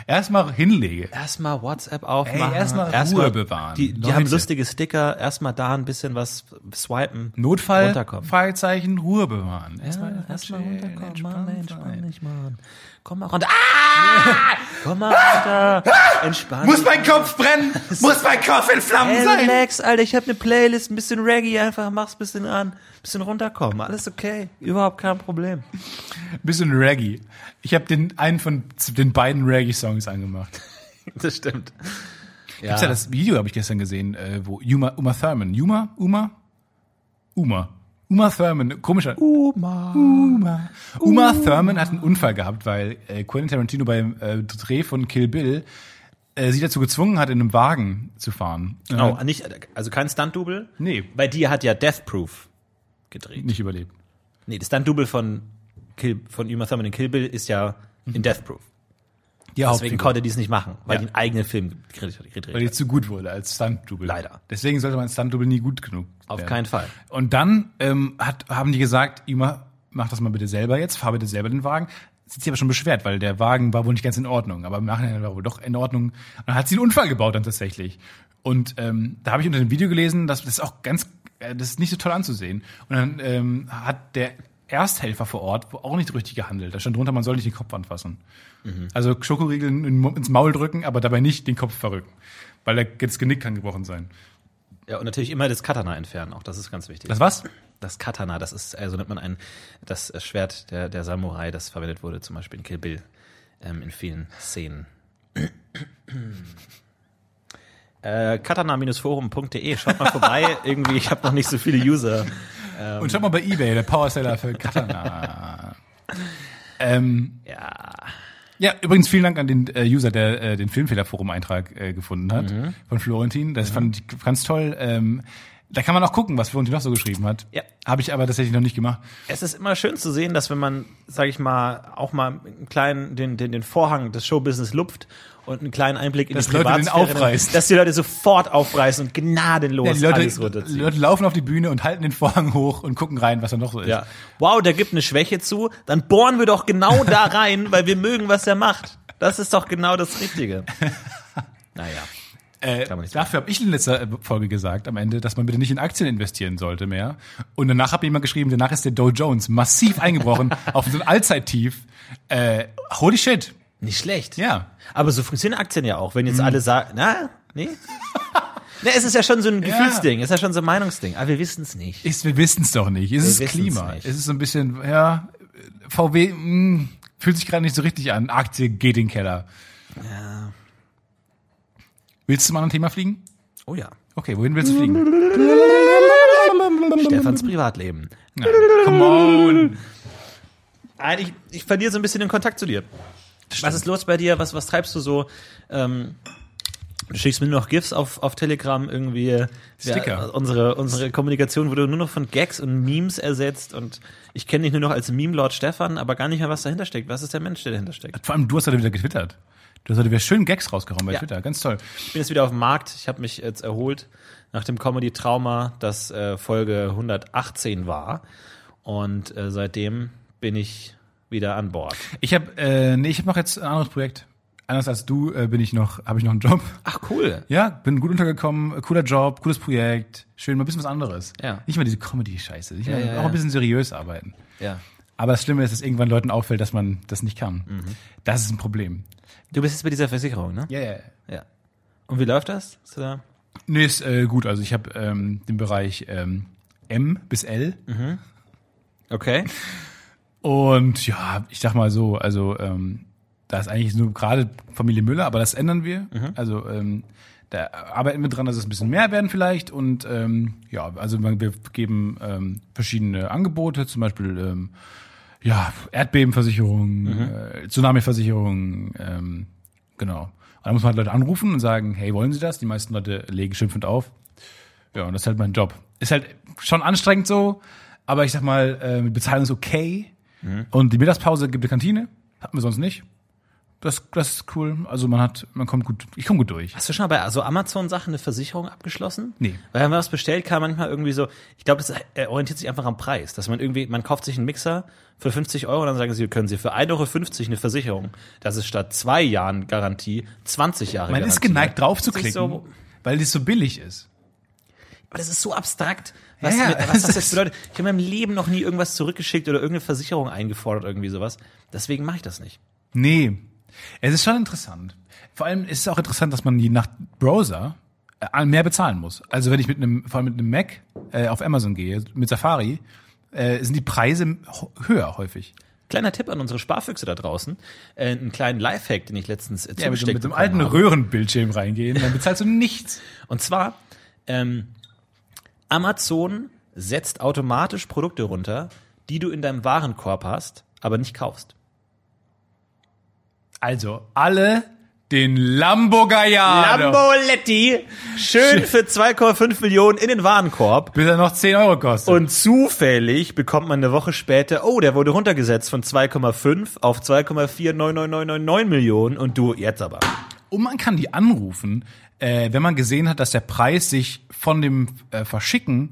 [SPEAKER 1] Erstmal hinlege.
[SPEAKER 3] Erstmal WhatsApp aufmachen.
[SPEAKER 1] Ey, erstmal Ruhe bewahren.
[SPEAKER 3] Die, die
[SPEAKER 1] Leute.
[SPEAKER 3] haben lustige Sticker. Erstmal da ein bisschen was swipen.
[SPEAKER 1] Notfall,
[SPEAKER 3] Runterkommen.
[SPEAKER 1] Fragezeichen, Ruhe bewahren.
[SPEAKER 3] Ja, erstmal
[SPEAKER 1] chillen,
[SPEAKER 3] runterkommen,
[SPEAKER 1] entspannt
[SPEAKER 3] Mann,
[SPEAKER 1] sein.
[SPEAKER 3] entspann dich, Mann. Komm mal runter. Ah! Komm mal runter. Entspann
[SPEAKER 1] Muss
[SPEAKER 3] dich.
[SPEAKER 1] mein Kopf brennen? Muss mein Kopf in Flammen
[SPEAKER 3] Ey,
[SPEAKER 1] sein?
[SPEAKER 3] relax, Alter, ich habe eine Playlist, ein bisschen Reggae einfach, mach's ein bisschen an, ein bisschen runterkommen, alles okay, überhaupt kein Problem.
[SPEAKER 1] Bisschen Reggae. Ich habe den einen von z- den beiden Reggae-Songs angemacht.
[SPEAKER 3] Das stimmt. Ja.
[SPEAKER 1] Gibt's ja das Video, habe ich gestern gesehen, äh, wo Uma, Uma Thurman, Uma, Uma, Uma, Uma Thurman, komischer,
[SPEAKER 3] Uma.
[SPEAKER 1] Uma. Uma Thurman hat einen Unfall gehabt, weil äh, Quentin Tarantino beim äh, Dreh von Kill Bill äh, sie dazu gezwungen hat, in einem Wagen zu fahren. Äh,
[SPEAKER 3] Oh, nicht, also kein Stunt-Double?
[SPEAKER 1] Nee.
[SPEAKER 3] Bei dir hat ja Death Proof gedreht.
[SPEAKER 1] Nicht überlebt.
[SPEAKER 3] Nee, das Stunt-Double von, Kill, von Uma Thurman in Kill Bill ist ja in Death Proof.
[SPEAKER 1] Die
[SPEAKER 3] Deswegen
[SPEAKER 1] Hauptfigur,
[SPEAKER 3] konnte die es nicht machen, weil
[SPEAKER 1] Ja.
[SPEAKER 3] die einen eigenen Film gedreht gedreht
[SPEAKER 1] weil die
[SPEAKER 3] hat.
[SPEAKER 1] zu gut wurde als Stunt-Double.
[SPEAKER 3] Leider.
[SPEAKER 1] Deswegen sollte man Stunt-Double nie gut genug
[SPEAKER 3] Auf
[SPEAKER 1] werden.
[SPEAKER 3] keinen Fall.
[SPEAKER 1] Und dann ähm, hat, haben die gesagt, Ima, mach das mal bitte selber jetzt, fahr bitte selber den Wagen. Sie hat sich aber schon beschwert, weil der Wagen war wohl nicht ganz in Ordnung, aber im Nachhinein war wohl doch in Ordnung. Und dann hat sie einen Unfall gebaut dann tatsächlich. Und ähm, da habe ich unter dem Video gelesen, dass das ist auch ganz, äh, das ist nicht so toll anzusehen. Und dann ähm, hat der Ersthelfer vor Ort auch nicht richtig gehandelt. Da stand drunter, man soll nicht den Kopf anfassen. Also Schokoriegel in- ins Maul drücken, aber dabei nicht den Kopf verrücken. Weil der- das Genick kann gebrochen sein.
[SPEAKER 3] Ja, und natürlich immer das Katana entfernen, auch das ist ganz wichtig.
[SPEAKER 1] Das was?
[SPEAKER 3] Das Katana, das ist, also nennt man ein, das äh, Schwert der, der Samurai, das verwendet wurde, zum Beispiel in Kill Bill, ähm, in vielen Szenen. Äh, katana-forum.de, schaut mal vorbei. Irgendwie, ich habe noch nicht so viele User.
[SPEAKER 1] Und schau mal bei eBay, der Powerseller für Katana. ähm,
[SPEAKER 3] Ja,
[SPEAKER 1] ja, übrigens vielen Dank an den äh, User, der
[SPEAKER 3] Mhm.
[SPEAKER 1] äh, den Filmfehlerforum-Eintrag äh, gefunden hat von Florentin. Das fand ich ganz toll. Ähm, Da kann man auch gucken, was Florentin noch so geschrieben hat.
[SPEAKER 3] Ja.
[SPEAKER 1] Habe ich aber tatsächlich noch nicht gemacht.
[SPEAKER 3] Es ist immer schön zu sehen, dass wenn man, sage ich mal, auch mal einen kleinen den, den, den Vorhang des Showbusiness lupft und einen kleinen Einblick in
[SPEAKER 1] Dass
[SPEAKER 3] die
[SPEAKER 1] Leute den
[SPEAKER 3] Privatsphäre,
[SPEAKER 1] aufreißen.
[SPEAKER 3] dass die Leute sofort aufreißen und gnadenlos
[SPEAKER 1] Ja, die Leute,
[SPEAKER 3] alles runterziehen.
[SPEAKER 1] Leute laufen auf die Bühne und halten den Vorhang hoch und gucken rein, was da noch so ist.
[SPEAKER 3] Ja. Wow, der gibt eine Schwäche zu, dann bohren wir doch genau da rein, weil wir mögen, was er macht. Das ist doch genau das Richtige. Naja.
[SPEAKER 1] Äh,
[SPEAKER 3] Kann man nicht
[SPEAKER 1] dafür habe ich in letzter äh, Folge gesagt, am Ende, dass man bitte nicht in Aktien investieren sollte mehr. Und danach hat mir jemand geschrieben, danach ist der Dow Jones massiv eingebrochen auf so ein Allzeittief. Äh, holy shit.
[SPEAKER 3] Nicht schlecht.
[SPEAKER 1] Ja. Mhm.
[SPEAKER 3] Aber so funktionieren Aktien ja auch, wenn jetzt alle sagen, na, nee. Na, es ist ja schon so ein Gefühlsding, es ist ja schon so ein Meinungsding, aber wir wissen es nicht.
[SPEAKER 1] Ist, wir wissen es doch nicht. Es ist
[SPEAKER 3] wissen's
[SPEAKER 1] Klima.
[SPEAKER 3] nicht.
[SPEAKER 1] Es ist so ein bisschen, ja, VW mh, fühlt sich gerade nicht so richtig an. Aktie geht in den Keller. Willst du zum anderen Thema fliegen?
[SPEAKER 3] Oh ja.
[SPEAKER 1] Okay, wohin willst du fliegen?
[SPEAKER 3] Stefans Privatleben.
[SPEAKER 1] Ja, come on.
[SPEAKER 3] Nein, ich, ich verliere so ein bisschen den Kontakt zu dir. Was ist los bei dir? Was, was treibst du so? Ähm, du schickst mir nur noch GIFs auf, auf Telegram irgendwie. Äh,
[SPEAKER 1] Sticker.
[SPEAKER 3] unsere, unsere Kommunikation wurde nur noch von Gags und Memes ersetzt und ich kenne dich nur noch als Meme-Lord Stefan, aber gar nicht mehr, was dahinter steckt. Was ist der Mensch, der dahinter steckt?
[SPEAKER 1] Vor allem du hast heute wieder getwittert. Du hast heute wieder schön Gags rausgehauen bei
[SPEAKER 3] Ja.
[SPEAKER 1] Twitter. Ganz toll.
[SPEAKER 3] Ich bin jetzt wieder auf dem Markt. Ich habe mich jetzt erholt nach dem Comedy-Trauma, das äh, Folge 118 war. Und äh, seitdem bin ich wieder an Bord.
[SPEAKER 1] Ich habe äh, nee, ich habe noch jetzt ein anderes Projekt. Anders als du äh, bin ich noch, habe ich noch einen Job.
[SPEAKER 3] Ach, cool.
[SPEAKER 1] Ja, bin gut untergekommen, äh, cooler Job, cooles Projekt, schön mal ein bisschen was anderes.
[SPEAKER 3] Ja.
[SPEAKER 1] Nicht mal diese Comedy-Scheiße. Ich
[SPEAKER 3] Ja,
[SPEAKER 1] will
[SPEAKER 3] ja,
[SPEAKER 1] auch
[SPEAKER 3] ja.
[SPEAKER 1] ein bisschen seriös arbeiten.
[SPEAKER 3] Ja.
[SPEAKER 1] Aber das Schlimme ist, dass irgendwann Leuten auffällt, dass man das nicht kann. Das ist ein Problem.
[SPEAKER 3] Du bist jetzt bei dieser Versicherung, ne?
[SPEAKER 1] Ja, ja.
[SPEAKER 3] Mhm. Ja. Und wie läuft das? Ist da-
[SPEAKER 1] Nee, ist äh, gut. Also ich habe ähm, den Bereich ähm, M bis L.
[SPEAKER 3] Okay.
[SPEAKER 1] Und ja, ich sag mal so, also ähm, da ist eigentlich nur gerade Familie Müller, aber das ändern wir. Also ähm, da arbeiten wir dran, dass es ein bisschen mehr werden vielleicht. Und ähm, ja, also man- wir geben ähm, verschiedene Angebote, zum Beispiel ähm, ja, Erdbebenversicherung, äh, Tsunami-Versicherung, ähm, genau. Und dann muss man halt Leute anrufen und sagen, hey, wollen Sie das? Die meisten Leute legen schimpfend auf. Ja, und das ist halt mein Job. Ist halt schon anstrengend so, aber ich sag mal, äh, mit Bezahlung ist okay. Und die Mittagspause gibt eine Kantine, hatten wir sonst nicht. Das, das ist cool. Also man hat, man kommt gut, ich komme gut durch.
[SPEAKER 3] Hast du schon mal bei so Amazon-Sachen eine Versicherung abgeschlossen?
[SPEAKER 1] Nee.
[SPEAKER 3] Weil wenn man was bestellt, kann manchmal irgendwie so, ich glaube, das äh, orientiert sich einfach am Preis, dass man irgendwie, man kauft sich einen Mixer für 50 Euro und dann sagen sie, können sie für 1,50 Euro eine Versicherung. Das ist statt zwei Jahren Garantie 20 Jahre
[SPEAKER 1] Man
[SPEAKER 3] Garantie.
[SPEAKER 1] ist geneigt drauf zu
[SPEAKER 3] Das
[SPEAKER 1] klicken,
[SPEAKER 3] ist so-
[SPEAKER 1] weil das so billig ist.
[SPEAKER 3] Aber das ist so abstrakt, was,
[SPEAKER 1] Ja, ja,
[SPEAKER 3] mit, was das
[SPEAKER 1] es
[SPEAKER 3] jetzt
[SPEAKER 1] ist-
[SPEAKER 3] bedeutet. Ich habe in meinem Leben noch nie irgendwas zurückgeschickt oder irgendeine Versicherung eingefordert, irgendwie sowas. Deswegen mache ich das nicht.
[SPEAKER 1] Nee. Es ist schon interessant. Vor allem ist es auch interessant, dass man je nach Browser äh, mehr bezahlen muss. Also wenn ich mit einem, vor allem mit einem Mac äh, auf Amazon gehe, mit Safari, äh, sind die Preise ho- höher häufig.
[SPEAKER 3] Kleiner Tipp an unsere Sparfüchse da draußen. Äh, einen kleinen Lifehack, den ich letztens äh,
[SPEAKER 1] Ja, mit, so-
[SPEAKER 3] zugesteckt
[SPEAKER 1] mit dem
[SPEAKER 3] bekommen
[SPEAKER 1] alten
[SPEAKER 3] habe.
[SPEAKER 1] Röhrenbildschirm reingehen, dann bezahlst du nichts.
[SPEAKER 3] Und zwar, ähm, Amazon setzt automatisch Produkte runter, die du in deinem Warenkorb hast, aber nicht kaufst.
[SPEAKER 1] Also alle den Lambo Gallardo.
[SPEAKER 3] Lamboletti, schön für 2,5 Millionen in den Warenkorb.
[SPEAKER 1] Bis er noch 10 Euro kostet.
[SPEAKER 3] Und zufällig bekommt man eine Woche später, oh, der wurde runtergesetzt von 2,5 auf 2,499999 Millionen und du jetzt aber.
[SPEAKER 1] Und man kann die anrufen, äh, wenn man gesehen hat, dass der Preis sich von dem äh, Verschicken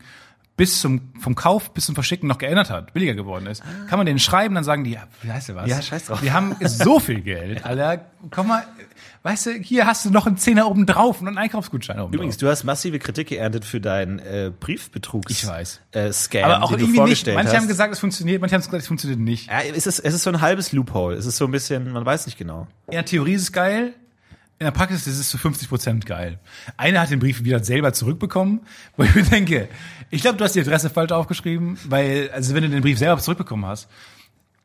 [SPEAKER 1] bis zum vom Kauf bis zum Verschicken noch geändert hat, billiger geworden ist. Kann man denen schreiben, dann sagen die, ja, weißt du was?
[SPEAKER 3] Ah. Ja, scheiß drauf.
[SPEAKER 1] Wir haben so viel Geld, Alter. Komm mal, weißt du, hier hast du noch einen Zehner oben drauf und einen Einkaufsgutschein oben
[SPEAKER 3] Übrigens, du hast massive Kritik geerntet für deinen äh, Briefbetrugs.
[SPEAKER 1] Ich weiß.
[SPEAKER 3] Äh, Scam,
[SPEAKER 1] drauf. Aber auch
[SPEAKER 3] den du
[SPEAKER 1] irgendwie nicht.
[SPEAKER 3] vorgestellt
[SPEAKER 1] Manche
[SPEAKER 3] hast.
[SPEAKER 1] haben gesagt, es funktioniert, manche haben gesagt, es funktioniert nicht.
[SPEAKER 3] Ja, es ist, es ist so ein halbes Loophole. Es ist so ein bisschen, man weiß nicht genau.
[SPEAKER 1] In der Theorie ist es geil, in der Praxis ist es zu 50 Prozent geil. Einer hat den Brief wieder selber zurückbekommen, wo ich mir denke, ich glaube, du hast die Adresse falsch aufgeschrieben, weil, also wenn du den Brief selber zurückbekommen hast,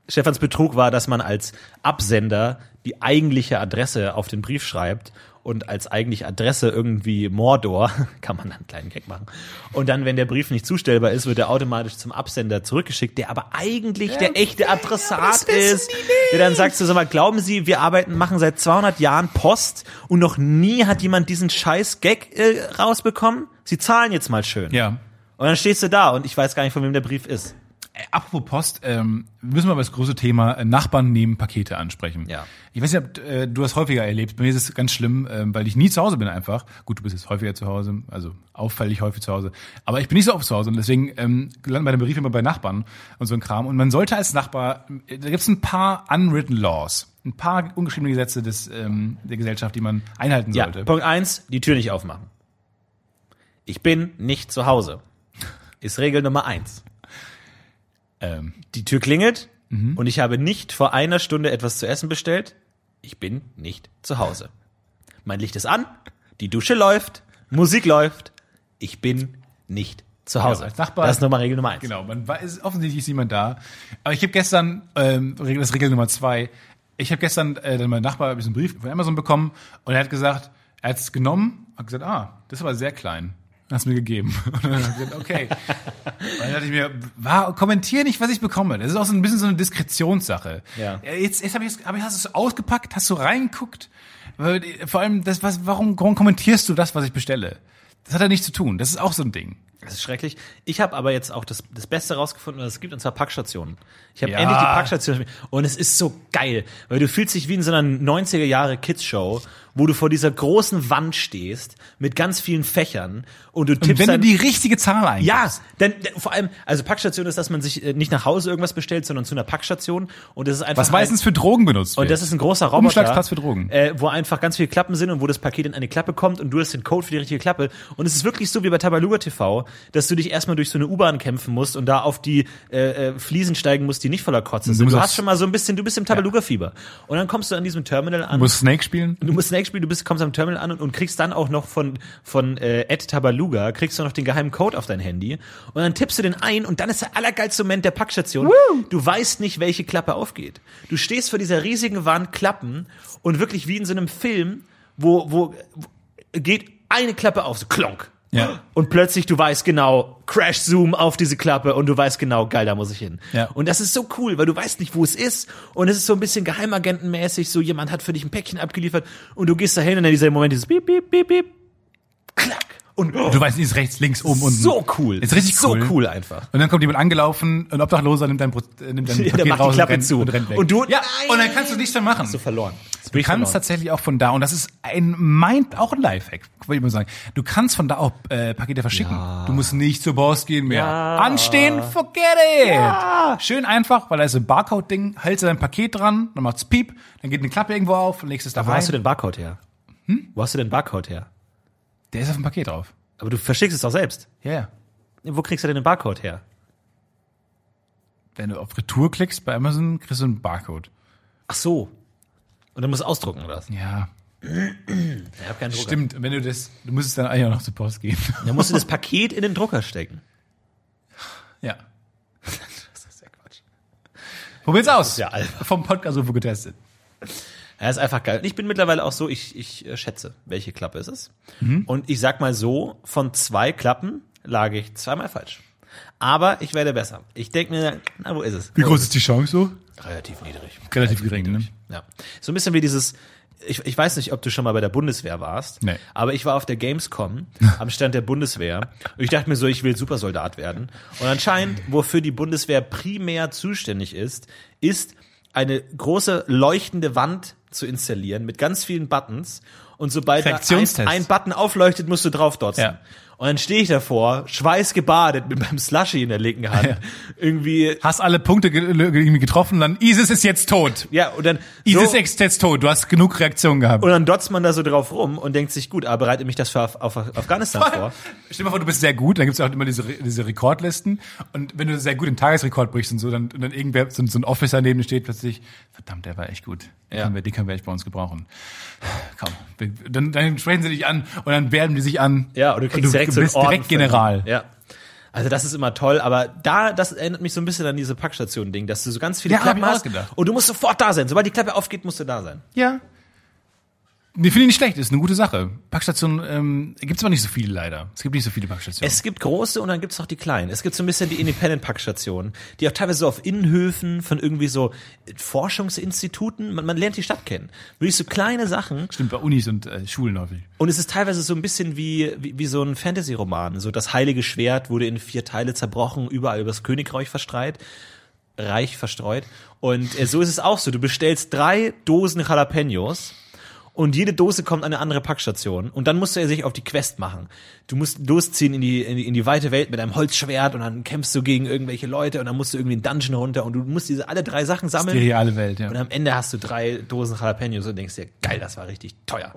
[SPEAKER 3] Stefans Betrug war, dass man als Absender die eigentliche Adresse auf den Brief schreibt und als eigentlich Adresse irgendwie Mordor, kann man einen kleinen Gag machen. Und dann, wenn der Brief nicht zustellbar ist, wird er automatisch zum Absender zurückgeschickt, der aber eigentlich der echte Adressat ist. Der dann sagt so, sag mal, glauben Sie, wir arbeiten, machen seit 200 Jahren Post und noch nie hat jemand diesen scheiß Gag äh, rausbekommen? Sie zahlen jetzt mal schön.
[SPEAKER 1] Ja.
[SPEAKER 3] Und dann stehst du da und ich weiß gar nicht, von wem der Brief ist.
[SPEAKER 1] Äh, Apropos Post, ähm, müssen wir aber das große Thema äh, Nachbarn nehmen Pakete ansprechen.
[SPEAKER 3] Ja.
[SPEAKER 1] Ich weiß nicht, ob äh, du das häufiger erlebst. Bei mir ist es ganz schlimm, ähm, weil ich nie zu Hause bin einfach. Gut, du bist jetzt häufiger zu Hause, also auffällig häufig zu Hause. Aber ich bin nicht so oft zu Hause und deswegen ähm, landen meine Briefe immer bei Nachbarn und so ein Kram. Und man sollte als Nachbar, äh, da gibt es ein paar unwritten laws, ein paar ungeschriebene Gesetze des, ähm, der Gesellschaft, die man einhalten
[SPEAKER 3] Ja,
[SPEAKER 1] sollte.
[SPEAKER 3] Punkt eins: die Tür nicht aufmachen. Ich bin nicht zu Hause. Ist Regel Nummer eins.
[SPEAKER 1] Ähm, Mhm.
[SPEAKER 3] Die Tür klingelt und ich habe nicht vor einer Stunde etwas zu essen bestellt. Ich bin nicht zu Hause. Mein Licht ist an, die Dusche läuft, Musik läuft. Ich bin nicht zu Hause.
[SPEAKER 1] Ja, als Nachbar-
[SPEAKER 3] das ist nochmal Regel Nummer eins.
[SPEAKER 1] Genau, man weiß, offensichtlich ist niemand da. Aber ich habe gestern, ähm, Regel- das ist Regel Nummer zwei, ich habe gestern äh, dann mein Nachbar diesen Brief von Amazon bekommen und er hat gesagt, er hat es genommen, hat gesagt, ah, das ist aber sehr klein. Hast mir gegeben. Und dann habe ich gesagt, okay. Und dann dachte ich mir, war, kommentier nicht, was ich bekomme. Das ist auch so ein bisschen so eine Diskretionssache.
[SPEAKER 3] Ja.
[SPEAKER 1] Äh, Jetzt, jetzt habe ich es, hab ich- hast du es ausgepackt, hast du reingeguckt? Weil, äh, Vor allem, das, was, warum, warum kommentierst du das, was ich bestelle? Das hat ja nichts zu tun. Das ist auch so ein Ding.
[SPEAKER 3] Das ist schrecklich. Ich habe aber jetzt auch das, das Beste rausgefunden, was es gibt, und zwar Packstationen. Ich habe
[SPEAKER 1] Ja.
[SPEAKER 3] endlich die Packstation. Und es ist so geil, weil du fühlst dich wie in so einer 90er Jahre Kids-Show, wo du vor dieser großen Wand stehst, mit ganz vielen Fächern, und du tippst
[SPEAKER 1] Wenn du
[SPEAKER 3] dann,
[SPEAKER 1] die richtige Zahl eingibst.
[SPEAKER 3] ja, denn, denn vor allem, also Packstation ist, dass man sich äh, nicht nach Hause irgendwas bestellt, sondern zu einer Packstation. Und das ist einfach
[SPEAKER 1] Was meistens für Drogen benutzt
[SPEAKER 3] und
[SPEAKER 1] wird.
[SPEAKER 3] das ist ein großer Roboter.
[SPEAKER 1] Umschlagsplatz für Drogen.
[SPEAKER 3] Äh, wo einfach ganz viele Klappen sind und wo das Paket in eine Klappe kommt und du hast den Code für die richtige Klappe. Und es ist wirklich so wie bei Tabaluga TV, dass du dich erstmal durch so eine U-Bahn kämpfen musst und da auf die äh, äh, Fliesen steigen musst, die nicht voller Kotze sind.
[SPEAKER 1] musst
[SPEAKER 3] Du
[SPEAKER 1] auf-
[SPEAKER 3] hast schon mal so ein bisschen, du bist im Tabaluga-Fieber. Und dann kommst du an diesem Terminal an.
[SPEAKER 1] Du musst Snake spielen.
[SPEAKER 3] Du musst Snake spielen, du bist, kommst am Terminal an und, und kriegst dann auch noch von, von äh, Ed Tabaluga, kriegst du noch den geheimen Code auf dein Handy und dann tippst du den ein und dann ist der allergeilste Moment der Packstation. Du weißt nicht, welche Klappe aufgeht. Du stehst vor dieser riesigen Wand Klappen und wirklich wie in so einem Film, wo, wo wo geht eine Klappe auf, so klonk.
[SPEAKER 1] Ja.
[SPEAKER 3] Und plötzlich, du weißt genau, Crash-Zoom auf diese Klappe und du weißt genau, geil, da muss ich hin.
[SPEAKER 1] Ja.
[SPEAKER 3] Und das ist so cool, weil du weißt nicht, wo es ist und es ist so ein bisschen geheimagentenmäßig, so jemand hat für dich ein Päckchen abgeliefert und du gehst dahin und dann dieser Moment dieses Piep, Piep, Piep, Piep, klack und oh,
[SPEAKER 1] Du weißt nicht, ist rechts, links, oben, unten.
[SPEAKER 3] so cool.
[SPEAKER 1] Ist richtig
[SPEAKER 3] so
[SPEAKER 1] cool.
[SPEAKER 3] So cool einfach.
[SPEAKER 1] Und dann kommt jemand angelaufen, ein Obdachloser nimmt dein, Pro- äh, nimmt dein
[SPEAKER 3] Ja, der macht
[SPEAKER 1] Paket
[SPEAKER 3] die
[SPEAKER 1] raus und
[SPEAKER 3] Klappe
[SPEAKER 1] rennt,
[SPEAKER 3] zu.
[SPEAKER 1] Und, rennt weg.
[SPEAKER 3] Und du-
[SPEAKER 1] ja,
[SPEAKER 3] Nein.
[SPEAKER 1] und dann kannst du nichts mehr machen.
[SPEAKER 3] So verloren. Das
[SPEAKER 1] Du
[SPEAKER 3] bin ich
[SPEAKER 1] kannst
[SPEAKER 3] verloren.
[SPEAKER 1] tatsächlich auch von da, und das ist ein Mind, auch ein Lifehack, würde ich mal sagen. Du kannst von da auch äh, Pakete verschicken. Du musst nicht zur Post gehen mehr. Anstehen, forget it! Schön einfach, weil da ist so ein Barcode-Ding, hältst du dein Paket dran, dann macht's piep, dann geht eine Klappe irgendwo auf und legst es da
[SPEAKER 3] Wo
[SPEAKER 1] rein.
[SPEAKER 3] hast du den Barcode her? Hm? Wo hast du den Barcode her?
[SPEAKER 1] Der ist auf dem Paket drauf.
[SPEAKER 3] Aber du verschickst es doch selbst.
[SPEAKER 1] Ja, ja.
[SPEAKER 3] Wo kriegst du denn den Barcode her?
[SPEAKER 1] Wenn du auf Retour klickst bei Amazon, kriegst du einen Barcode.
[SPEAKER 3] Ach so. Und dann musst du ausdrucken oder was?
[SPEAKER 1] Ja,
[SPEAKER 3] Ich habe keinen Drucker.
[SPEAKER 1] stimmt. Und Wenn du das, du musst es dann eigentlich auch noch zur Post gehen.
[SPEAKER 3] Dann musst du das Paket in den Drucker stecken.
[SPEAKER 1] ja. Probier's aus.
[SPEAKER 3] ja albern.
[SPEAKER 1] Vom Podcast UFO getestet.
[SPEAKER 3] Ja, ist einfach geil. Und ich bin mittlerweile auch so, ich, ich äh, schätze, welche Klappe ist es. Und ich sag mal so, von zwei Klappen lag ich zweimal falsch. Aber ich werde besser. Ich denke mir, na, wo ist es?
[SPEAKER 1] Wie groß ist die Chance so?
[SPEAKER 3] Relativ niedrig.
[SPEAKER 1] Relativ gering, ne?
[SPEAKER 3] Ja. So ein bisschen wie dieses, ich, ich weiß nicht, ob du schon mal bei der Bundeswehr warst,
[SPEAKER 1] Nee.
[SPEAKER 3] aber ich war auf der Gamescom am Stand der Bundeswehr und ich dachte mir so, ich will Supersoldat werden. Und anscheinend, wofür die Bundeswehr primär zuständig ist, ist eine große leuchtende Wand zu installieren mit ganz vielen Buttons und sobald da ein,
[SPEAKER 1] Reaktionstest.
[SPEAKER 3] ein Button aufleuchtet, musst du draufdotzen.
[SPEAKER 1] Ja.
[SPEAKER 3] Und dann stehe ich davor, schweißgebadet mit meinem Slushy in der linken Hand, irgendwie
[SPEAKER 1] Hast alle Punkte ge irgendwie getroffen, dann ISIS ist jetzt tot.
[SPEAKER 3] ja, und dann
[SPEAKER 1] ISIS
[SPEAKER 3] so-
[SPEAKER 1] ist jetzt tot. Du hast genug Reaktionen gehabt.
[SPEAKER 3] Und dann dotzt man da so drauf rum und denkt sich, gut, ah, bereite mich das für Af auf Afghanistan vor.
[SPEAKER 1] Stell dir mal vor, du bist sehr gut, dann gibt's ja auch immer diese, Re- diese Rekordlisten. Und wenn du sehr gut den Tagesrekord brichst und so, dann, und dann irgendwer, so, ein- so ein Officer neben dir steht plötzlich, verdammt, der war echt gut. Den,
[SPEAKER 3] Ja.
[SPEAKER 1] können, wir, den können wir echt bei uns gebrauchen. Komm, wir- dann, dann sprechen sie dich an und dann werden die sich an.
[SPEAKER 3] Ja, und du kriegst direkt so einen
[SPEAKER 1] bist
[SPEAKER 3] Orden
[SPEAKER 1] direkt
[SPEAKER 3] für-
[SPEAKER 1] General.
[SPEAKER 3] Ja. Also das ist immer toll, aber da, das erinnert mich so ein bisschen an diese Packstation-Ding, dass du so ganz viele
[SPEAKER 1] Ja, hab
[SPEAKER 3] Klappen
[SPEAKER 1] ich auch
[SPEAKER 3] hast
[SPEAKER 1] gedacht.
[SPEAKER 3] und du musst sofort da sein. Sobald die Klappe aufgeht, musst du da sein.
[SPEAKER 1] Ja. Nee, finde ich nicht schlecht, ist eine gute Sache. Packstation ähm, gibt es aber nicht so viele leider. Es gibt nicht so viele Packstationen.
[SPEAKER 3] Es gibt große und dann gibt's noch die kleinen. Es gibt so ein bisschen die Independent-Packstationen, die auch teilweise so auf Innenhöfen von irgendwie so Forschungsinstituten, man, man lernt die Stadt kennen. Wirklich so kleine Sachen
[SPEAKER 1] Stimmt, bei Unis und äh, Schulen häufig.
[SPEAKER 3] und es ist teilweise so ein bisschen wie, wie, wie so ein Fantasy-Roman. So das heilige Schwert wurde in vier Teile zerbrochen, überall übers Königreich verstreit. Reich verstreut. Und äh, so ist es auch so. Du bestellst drei Dosen Jalapenos und jede Dose kommt an eine andere Packstation. Und dann musst du sich auf die Quest machen. Du musst losziehen in die, in die, in die weite Welt mit einem Holzschwert und dann kämpfst du gegen irgendwelche Leute und dann musst du irgendwie einen Dungeon runter und du musst diese alle drei Sachen sammeln.
[SPEAKER 1] Die reale Welt, ja.
[SPEAKER 3] Und am Ende hast du drei Dosen Jalapenos und denkst dir, geil, das war richtig teuer.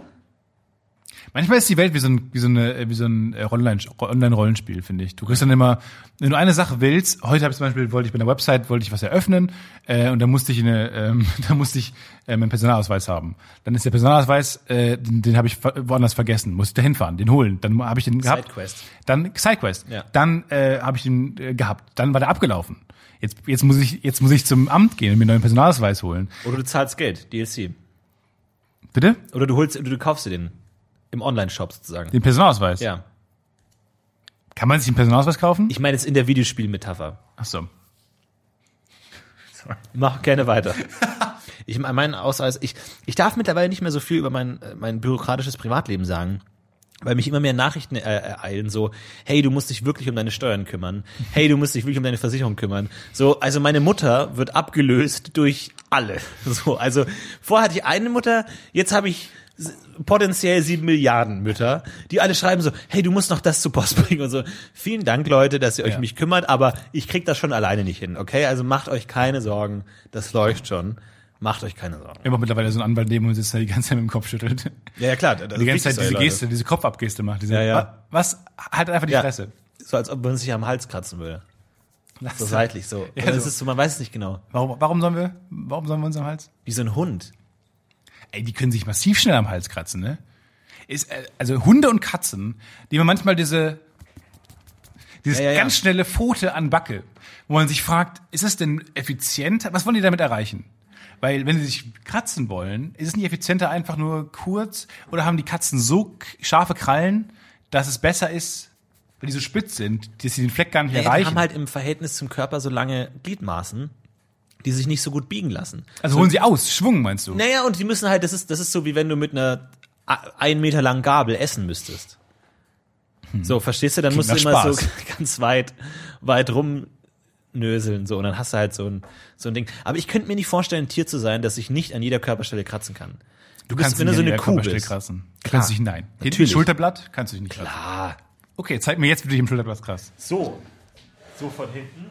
[SPEAKER 1] Manchmal ist die Welt wie so ein, wie so eine, wie so ein äh, Online- Online-Rollenspiel, finde ich. Du kriegst dann immer, wenn du eine Sache willst, heute habe ich zum Beispiel, wollte ich bei einer Website, wollte ich was eröffnen, äh, und da musste ich eine, ähm, da musste ich ähm, einen Personalausweis haben. Dann ist der Personalausweis, äh, den, den habe ich ver- woanders vergessen, muss da hinfahren, den holen. Dann habe ich den gehabt.
[SPEAKER 3] Sidequest.
[SPEAKER 1] Dann Sidequest.
[SPEAKER 3] Ja.
[SPEAKER 1] Dann äh, habe ich den äh, gehabt. Dann war der abgelaufen. Jetzt, jetzt muss ich, jetzt muss ich zum Amt gehen und mir einen neuen Personalausweis holen.
[SPEAKER 3] Oder du zahlst Geld, DLC.
[SPEAKER 1] Bitte?
[SPEAKER 3] Oder du holst, du, du kaufst dir den. Im Online-Shop sozusagen.
[SPEAKER 1] Den Personalausweis.
[SPEAKER 3] Ja.
[SPEAKER 1] Kann man sich einen Personalausweis kaufen?
[SPEAKER 3] Ich meine jetzt in der Videospielmetapher.
[SPEAKER 1] Ach so.
[SPEAKER 3] Mach gerne weiter. Ich meine, mein Ausweis, ich, ich darf mittlerweile nicht mehr so viel über mein, äh, mein bürokratisches Privatleben sagen. Weil mich immer mehr Nachrichten äh, ereilen, so, hey, du musst dich wirklich um deine Steuern kümmern. Hey, du musst dich wirklich um deine Versicherung kümmern. So, also meine Mutter wird abgelöst durch alle. So, also vorher hatte ich eine Mutter, jetzt habe ich s- potenziell sieben Milliarden Mütter, die alle schreiben so, hey, du musst noch das zur Post bringen und so. Vielen Dank, Leute, dass ihr euch
[SPEAKER 1] Ja.
[SPEAKER 3] um mich kümmert, aber ich krieg das schon alleine nicht hin, okay? Also macht euch keine Sorgen, das läuft schon. Macht euch keine Sorgen.
[SPEAKER 1] Wir haben auch mittlerweile so einen Anwalt neben uns sitzt, der die ganze Zeit mit dem Kopf schüttelt.
[SPEAKER 3] Ja, ja, klar. das ist
[SPEAKER 1] Die ganze Zeit
[SPEAKER 3] wichtig,
[SPEAKER 1] diese
[SPEAKER 3] Leute.
[SPEAKER 1] Geste, diese Kopfabgeste macht. Diese,
[SPEAKER 3] Ja, ja.
[SPEAKER 1] wa- Was? Halt einfach die
[SPEAKER 3] Ja.
[SPEAKER 1] Fresse.
[SPEAKER 3] So als ob man sich am Hals kratzen würde.
[SPEAKER 1] Lass
[SPEAKER 3] So
[SPEAKER 1] das.
[SPEAKER 3] seitlich, so.
[SPEAKER 1] Ja,
[SPEAKER 3] Und es
[SPEAKER 1] so.
[SPEAKER 3] ist so, man weiß es nicht genau.
[SPEAKER 1] Warum, warum sollen wir, warum sollen wir uns am Hals?
[SPEAKER 3] Wie so ein Hund.
[SPEAKER 1] Ey, die können sich massiv schnell am Hals kratzen, ne? Ist, äh, also Hunde und Katzen, die haben manchmal diese, dieses
[SPEAKER 3] Ja, ja, ja.
[SPEAKER 1] ganz schnelle Pfote an Backe, wo man sich fragt, ist es denn effizient? Was wollen die damit erreichen? Weil wenn sie sich kratzen wollen, ist es nicht effizienter einfach nur kurz oder haben die Katzen so k- scharfe Krallen, dass es besser ist, wenn die so spitz sind, dass sie den Fleck gar nicht
[SPEAKER 3] Ja, die
[SPEAKER 1] erreichen?
[SPEAKER 3] haben halt im Verhältnis zum Körper so lange Gliedmaßen, die sich nicht so gut biegen lassen.
[SPEAKER 1] also holen sie aus, Schwung meinst du?
[SPEAKER 3] Naja, und die müssen halt, das ist, das ist so, wie wenn du mit einer a- ein Meter langen Gabel essen müsstest. So, verstehst du? Dann musst du
[SPEAKER 1] Hm. Klingt
[SPEAKER 3] immer
[SPEAKER 1] nach
[SPEAKER 3] so ganz weit, weit rumnöseln, so, und dann hast du halt so ein, so ein Ding. Aber ich könnte mir nicht vorstellen, ein Tier zu sein, das ich nicht an jeder Körperstelle kratzen kann. Du bist, wenn du
[SPEAKER 1] nicht
[SPEAKER 3] so
[SPEAKER 1] an
[SPEAKER 3] eine
[SPEAKER 1] jeder
[SPEAKER 3] Kuh
[SPEAKER 1] Körperstelle
[SPEAKER 3] bist.
[SPEAKER 1] kratzen. Kannst du dich nein. Natürlich.
[SPEAKER 3] Natürlich.
[SPEAKER 1] Schulterblatt kannst du dich nicht kratzen.
[SPEAKER 3] Ah,
[SPEAKER 1] Okay, zeig mir jetzt, wie du dich im Schulterblatt kratzt.
[SPEAKER 3] so. So von hinten.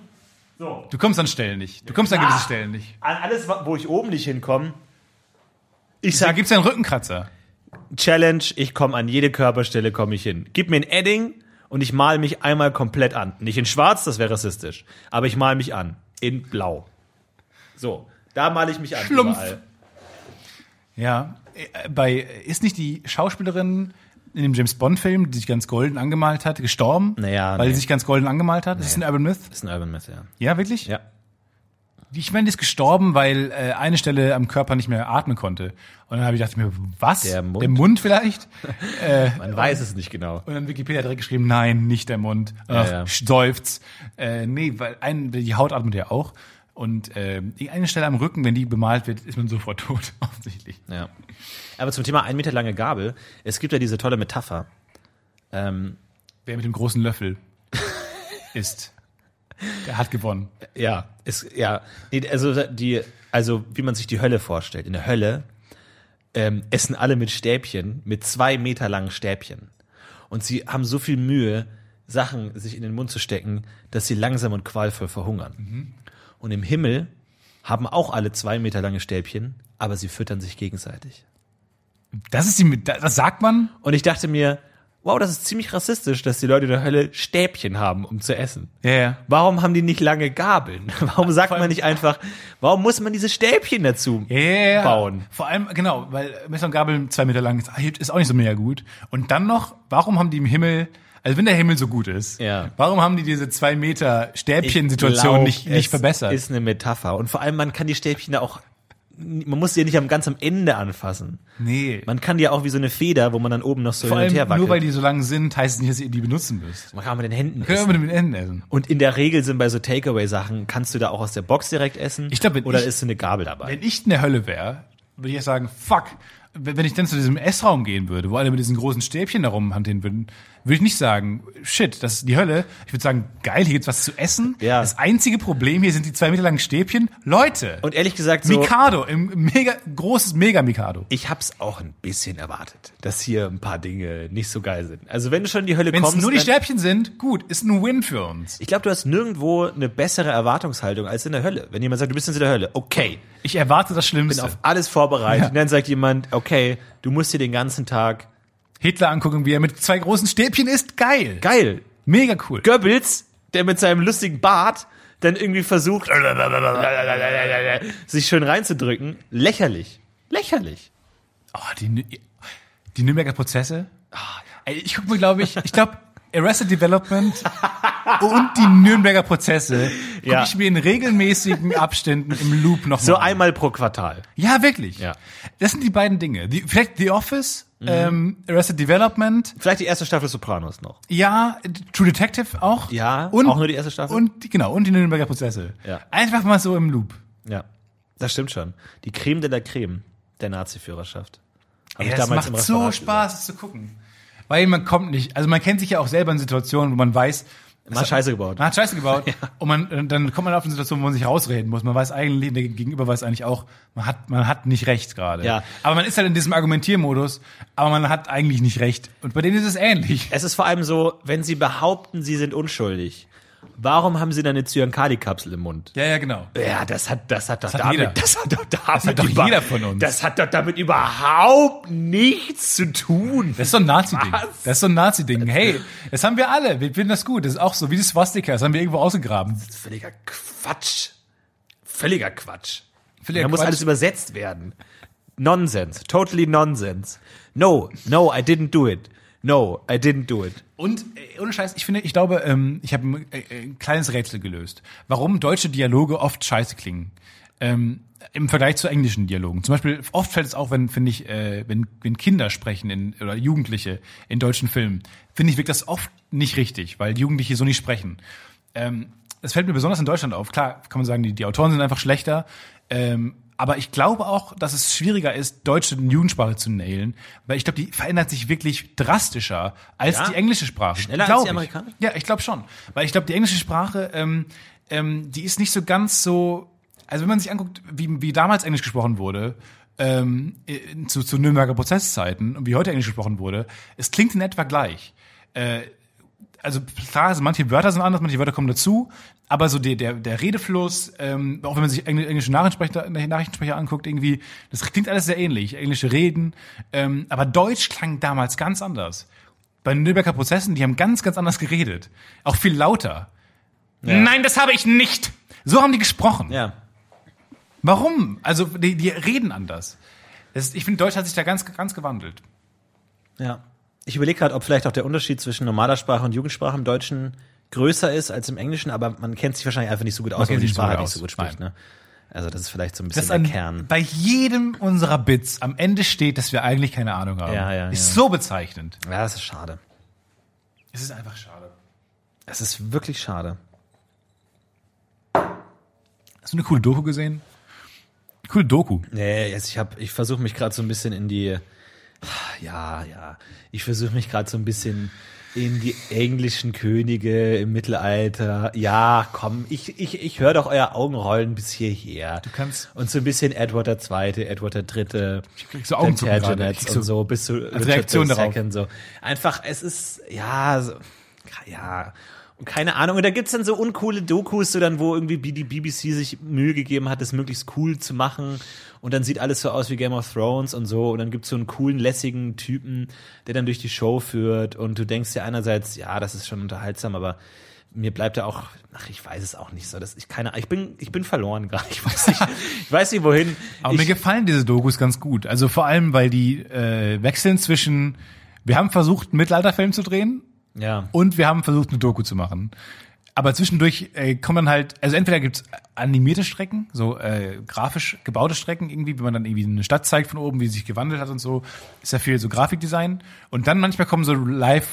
[SPEAKER 3] So.
[SPEAKER 1] Du kommst an Stellen nicht. Du kommst an gewisse Stellen nicht.
[SPEAKER 3] An alles, wo ich oben nicht hinkomme. Ich
[SPEAKER 1] Da
[SPEAKER 3] sag
[SPEAKER 1] gibt's ja einen Rückenkratzer.
[SPEAKER 3] Challenge, ich komme an jede Körperstelle, komme ich hin. Gib mir ein Edding und ich mal mich einmal komplett an. Nicht in schwarz, das wäre rassistisch, aber ich mal mich an. In blau. So, da male ich mich an.
[SPEAKER 1] Schlumpf.
[SPEAKER 3] Überall.
[SPEAKER 1] Ja. Äh, Bei ist nicht die Schauspielerin in dem James Bond Film, die sich ganz golden angemalt hat, gestorben?
[SPEAKER 3] Naja,
[SPEAKER 1] weil
[SPEAKER 3] nee.
[SPEAKER 1] sie sich ganz golden angemalt hat. Ist das ein Urban Myth?
[SPEAKER 3] Ist ein Urban Myth, ja.
[SPEAKER 1] Ja, wirklich?
[SPEAKER 3] Ja.
[SPEAKER 1] Ich meine, die ist gestorben, weil äh, eine Stelle am Körper nicht mehr atmen konnte. Und dann habe ich gedacht mir, was?
[SPEAKER 3] Der Mund?
[SPEAKER 1] Der Mund vielleicht?
[SPEAKER 3] Man weiß es nicht genau.
[SPEAKER 1] Und dann Wikipedia direkt geschrieben, nein, nicht der Mund. Ach,
[SPEAKER 3] ja.
[SPEAKER 1] seufzt. Äh, nee, weil ein, die Haut atmet ja auch. Und äh, eine Stelle am Rücken, wenn die bemalt wird, ist man sofort tot, offensichtlich.
[SPEAKER 3] Ja. Aber zum Thema ein Meter lange Gabel, es gibt ja diese tolle Metapher. Ähm,
[SPEAKER 1] Wer mit dem großen Löffel ist, der hat gewonnen.
[SPEAKER 3] Ja, ist, ja. Nee, also, die, also, wie man sich die Hölle vorstellt. In der Hölle ähm, essen alle mit Stäbchen, mit zwei Meter langen Stäbchen. Und sie haben so viel Mühe, Sachen sich in den Mund zu stecken, dass sie langsam und qualvoll verhungern. Und im Himmel haben auch alle zwei Meter lange Stäbchen, aber sie füttern sich gegenseitig.
[SPEAKER 1] Das ist die, Met- das sagt man?
[SPEAKER 3] Und ich dachte mir, wow, das ist ziemlich rassistisch, dass die Leute in der Hölle Stäbchen haben, um zu essen.
[SPEAKER 1] Ja, ja.
[SPEAKER 3] Warum haben die nicht lange Gabeln? Warum sagt man nicht einfach, warum muss man diese Stäbchen dazu
[SPEAKER 1] Yeah.
[SPEAKER 3] bauen?
[SPEAKER 1] Vor allem, genau, weil Messer und Gabel zwei Meter lang ist, ist auch nicht so mega gut. Und dann noch, warum haben die im Himmel, also wenn der Himmel so gut ist,
[SPEAKER 3] Ja.
[SPEAKER 1] warum haben die diese zwei Meter
[SPEAKER 3] Ich
[SPEAKER 1] Stäbchen-Situation
[SPEAKER 3] glaub,
[SPEAKER 1] nicht, nicht
[SPEAKER 3] es
[SPEAKER 1] verbessert?
[SPEAKER 3] Ist eine Metapher. Und vor allem, man kann die Stäbchen da auch man muss die ja nicht am, ganz am Ende anfassen.
[SPEAKER 1] Nee.
[SPEAKER 3] Man kann die ja auch wie so eine Feder, wo man dann oben noch so
[SPEAKER 1] Vor
[SPEAKER 3] hin und her
[SPEAKER 1] allem, nur
[SPEAKER 3] wackelt.
[SPEAKER 1] weil die so lang sind, heißt es nicht, dass ihr die benutzen müsst.
[SPEAKER 3] man kann mit den Händen
[SPEAKER 1] Können wir
[SPEAKER 3] essen.
[SPEAKER 1] mit den Enden essen.
[SPEAKER 3] Und in der Regel sind bei so Takeaway-Sachen, kannst du da auch aus der Box direkt essen?
[SPEAKER 1] Ich glaub, wenn
[SPEAKER 3] Oder
[SPEAKER 1] ich-
[SPEAKER 3] ist so eine Gabel dabei?
[SPEAKER 1] Wenn ich in der Hölle wäre, würde ich ja sagen, fuck. Wenn wenn ich dann zu diesem Essraum gehen würde, wo alle mit diesen großen Stäbchen da rumhantieren würden, würde ich nicht sagen, shit, das ist die Hölle. Ich würde sagen, geil, hier gibt's was zu essen.
[SPEAKER 3] Ja.
[SPEAKER 1] Das einzige Problem hier sind die zwei Meter langen Stäbchen. Leute!
[SPEAKER 3] Und ehrlich gesagt, so,
[SPEAKER 1] Mikado, im im mega, großes Mega-Mikado.
[SPEAKER 3] ich hab's auch ein bisschen erwartet, dass hier ein paar Dinge nicht so geil sind. Also wenn du schon in die Hölle
[SPEAKER 1] Wenn es
[SPEAKER 3] kommst,
[SPEAKER 1] nur die
[SPEAKER 3] dann-
[SPEAKER 1] Stäbchen sind, gut, ist ein Win für uns.
[SPEAKER 3] Ich glaube, du hast nirgendwo eine bessere Erwartungshaltung als in der Hölle. Wenn jemand sagt, du bist in der Hölle, okay,
[SPEAKER 1] Ich erwarte das
[SPEAKER 3] bin
[SPEAKER 1] Schlimmste.
[SPEAKER 3] auf alles vorbereitet. Und dann sagt jemand, okay, du musst dir den ganzen Tag,
[SPEAKER 1] Hitler angucken, wie er mit zwei großen Stäbchen ist, geil.
[SPEAKER 3] geil,
[SPEAKER 1] Mega cool.
[SPEAKER 3] Goebbels, der mit seinem lustigen Bart dann irgendwie versucht, sich schön reinzudrücken. Lächerlich. Lächerlich.
[SPEAKER 1] Oh, die, Nü- die Nürnberger Prozesse. Ah, ey, ich gucke mir, glaube ich, ich glaube, Arrested Development und die Nürnberger Prozesse gucke
[SPEAKER 3] Ja.
[SPEAKER 1] ich mir in regelmäßigen Abständen im Loop nochmal
[SPEAKER 3] So einmal pro Quartal.
[SPEAKER 1] Ja, wirklich.
[SPEAKER 3] Ja. Mhm.
[SPEAKER 1] Das sind die beiden Dinge. Die, vielleicht The Office, ähm, Arrested Development,
[SPEAKER 3] Vielleicht die erste Staffel Sopranos noch.
[SPEAKER 1] ja, True Detective auch.
[SPEAKER 3] Ja,
[SPEAKER 1] und,
[SPEAKER 3] auch nur die erste Staffel.
[SPEAKER 1] Und, die- genau, und die Nürnberger Prozesse.
[SPEAKER 3] Ja.
[SPEAKER 1] Einfach mal so im Loop.
[SPEAKER 3] Ja, das stimmt schon. Die Creme de la Creme der Nazi-Führerschaft. Hab
[SPEAKER 1] Ey,
[SPEAKER 3] ich
[SPEAKER 1] das
[SPEAKER 3] damals
[SPEAKER 1] macht
[SPEAKER 3] im
[SPEAKER 1] so
[SPEAKER 3] Referat
[SPEAKER 1] Spaß, das zu gucken. Weil man kommt nicht, also man kennt sich ja auch selber in Situationen, wo man weiß,
[SPEAKER 3] Man hat Scheiße gebaut.
[SPEAKER 1] Man hat Scheiße gebaut und man, äh, dann kommt man auf eine Situation, wo man sich rausreden muss. Man weiß eigentlich, der Gegenüber weiß eigentlich auch, man hat, man hat nicht recht gerade.
[SPEAKER 3] Ja.
[SPEAKER 1] Aber man ist halt in diesem Argumentiermodus, aber man hat eigentlich nicht recht. Und bei denen ist es ähnlich.
[SPEAKER 3] Es ist vor allem so, wenn sie behaupten, sie sind unschuldig, warum haben sie dann eine Zyankali-Kapsel im Mund?
[SPEAKER 1] Ja, ja, genau.
[SPEAKER 3] Ja, das hat, das hat doch
[SPEAKER 1] hat
[SPEAKER 3] damit,
[SPEAKER 1] jeder.
[SPEAKER 3] das hat doch damit,
[SPEAKER 1] hat doch jeder von uns.
[SPEAKER 3] Das hat doch damit überhaupt nichts zu tun.
[SPEAKER 1] Das ist so ein Nazi-Ding.
[SPEAKER 3] Was?
[SPEAKER 1] Das ist so ein Nazi-Ding. Hey, das haben wir alle. Wir finden das gut. Das ist auch so wie die Swastika. Das haben wir irgendwo ausgegraben.
[SPEAKER 3] Völliger Quatsch. Völliger Quatsch.
[SPEAKER 1] Völliger
[SPEAKER 3] da muss
[SPEAKER 1] Quatsch.
[SPEAKER 3] alles übersetzt werden. Nonsense. Totally nonsense. No, no, I didn't do it. No, I didn't do it.
[SPEAKER 1] Und äh, ohne Scheiß, ich finde, ich glaube, ähm, ich habe ein, äh, äh, ein kleines Rätsel gelöst, warum deutsche Dialoge oft scheiße klingen. Ähm, Im Vergleich zu englischen Dialogen. Zum Beispiel, oft fällt es auf, wenn, finde ich, äh, wenn, wenn Kinder sprechen in, oder Jugendliche in deutschen Filmen, finde ich, wirkt das oft nicht richtig, weil Jugendliche so nicht sprechen. Ähm, das fällt mir besonders in Deutschland auf. Klar, kann man sagen, die, die Autoren sind einfach schlechter. Ähm, aber ich glaube auch, dass es schwieriger ist, deutsche Jugendsprache zu nailen, weil ich glaube, die verändert sich wirklich drastischer als
[SPEAKER 3] Ja.
[SPEAKER 1] die englische Sprache.
[SPEAKER 3] Schneller als
[SPEAKER 1] Glaub
[SPEAKER 3] die amerikanische?
[SPEAKER 1] Ich. Ja, ich glaube schon. Weil ich glaube, die englische Sprache, ähm, ähm, die ist nicht so ganz so. Also wenn man sich anguckt, wie, wie damals Englisch gesprochen wurde, ähm, äh, zu, zu Nürnberger Prozesszeiten und wie heute Englisch gesprochen wurde, es klingt in etwa gleich also klar, also manche Wörter sind anders, manche Wörter kommen dazu, aber so der, der, der Redefluss, ähm, auch wenn man sich engl- englische Nachrichtensprecher, Nachrichtensprecher anguckt, irgendwie, das klingt alles sehr ähnlich, englische Reden, ähm, aber Deutsch klang damals ganz anders. Bei den Nürnberger Prozessen, die haben ganz, ganz anders geredet. Auch viel lauter. Nein, das habe ich nicht! So haben die gesprochen.
[SPEAKER 3] Ja.
[SPEAKER 1] Warum? Also, die, die reden anders. Das, ist- ich finde, Deutsch hat sich da ganz, ganz gewandelt.
[SPEAKER 3] Ja. Ich überlege gerade, ob vielleicht auch der Unterschied zwischen normaler Sprache und Jugendsprache im Deutschen größer ist als im Englischen, aber man kennt sich wahrscheinlich einfach nicht so gut aus, weil
[SPEAKER 1] kennt
[SPEAKER 3] die
[SPEAKER 1] sich nicht so
[SPEAKER 3] Sprache
[SPEAKER 1] gut
[SPEAKER 3] nicht so
[SPEAKER 1] aus.
[SPEAKER 3] gut spricht. Ne? Also das ist vielleicht so ein bisschen
[SPEAKER 1] dass
[SPEAKER 3] der
[SPEAKER 1] an,
[SPEAKER 3] Kern.
[SPEAKER 1] bei jedem unserer Bits am Ende steht, dass wir eigentlich keine Ahnung haben.
[SPEAKER 3] Ja, ja,
[SPEAKER 1] ist
[SPEAKER 3] ja.
[SPEAKER 1] so bezeichnend.
[SPEAKER 3] Ja, das ist schade.
[SPEAKER 1] Es ist einfach schade.
[SPEAKER 3] Das ist wirklich schade.
[SPEAKER 1] Hast du eine coole Doku gesehen? Coole Doku.
[SPEAKER 3] Nee, jetzt, ich hab, ich versuche mich gerade so ein bisschen in die. Ja, ja. Ich versuche mich gerade so ein bisschen in die englischen Könige im Mittelalter. Ja, komm, ich, ich, ich höre doch euer Augenrollen bis hierher. Du
[SPEAKER 1] kannst-
[SPEAKER 3] Und so ein bisschen Edward der Zweite, Edward der Dritte. Ich
[SPEAKER 1] krieg so Augenzucken gerade. Ich krieg so-
[SPEAKER 3] und so, bis zu Richard
[SPEAKER 1] Reaktion darauf.
[SPEAKER 3] II, So. Einfach, es ist, ja, so, ja. Und keine Ahnung. Und da gibt's dann so uncoole Dokus, so dann, wo irgendwie die BBC sich Mühe gegeben hat, das möglichst cool zu machen. Und dann sieht alles so aus wie Game of Thrones und so. Und dann gibt's so einen coolen, lässigen Typen, der dann durch die Show führt. Und du denkst dir einerseits, ja, das ist schon unterhaltsam, aber mir bleibt da auch, ach, ich weiß es auch nicht so. Das, ich, keine, ich, bin, ich bin verloren gerade. Ich weiß nicht, ich weiß nicht wohin.
[SPEAKER 1] Aber
[SPEAKER 3] ich,
[SPEAKER 1] mir gefallen diese Dokus ganz gut. Also vor allem, weil die äh, wechseln zwischen, wir haben versucht, einen Mittelalterfilm zu drehen
[SPEAKER 3] ja.
[SPEAKER 1] und wir haben versucht, eine Doku zu machen. Aber zwischendurch äh, kommen dann halt, also entweder gibt's animierte Strecken, so äh, grafisch gebaute Strecken irgendwie, wie man dann irgendwie eine Stadt zeigt von oben, wie sie sich gewandelt hat und so. Ist ja viel so Grafikdesign. Und dann manchmal kommen so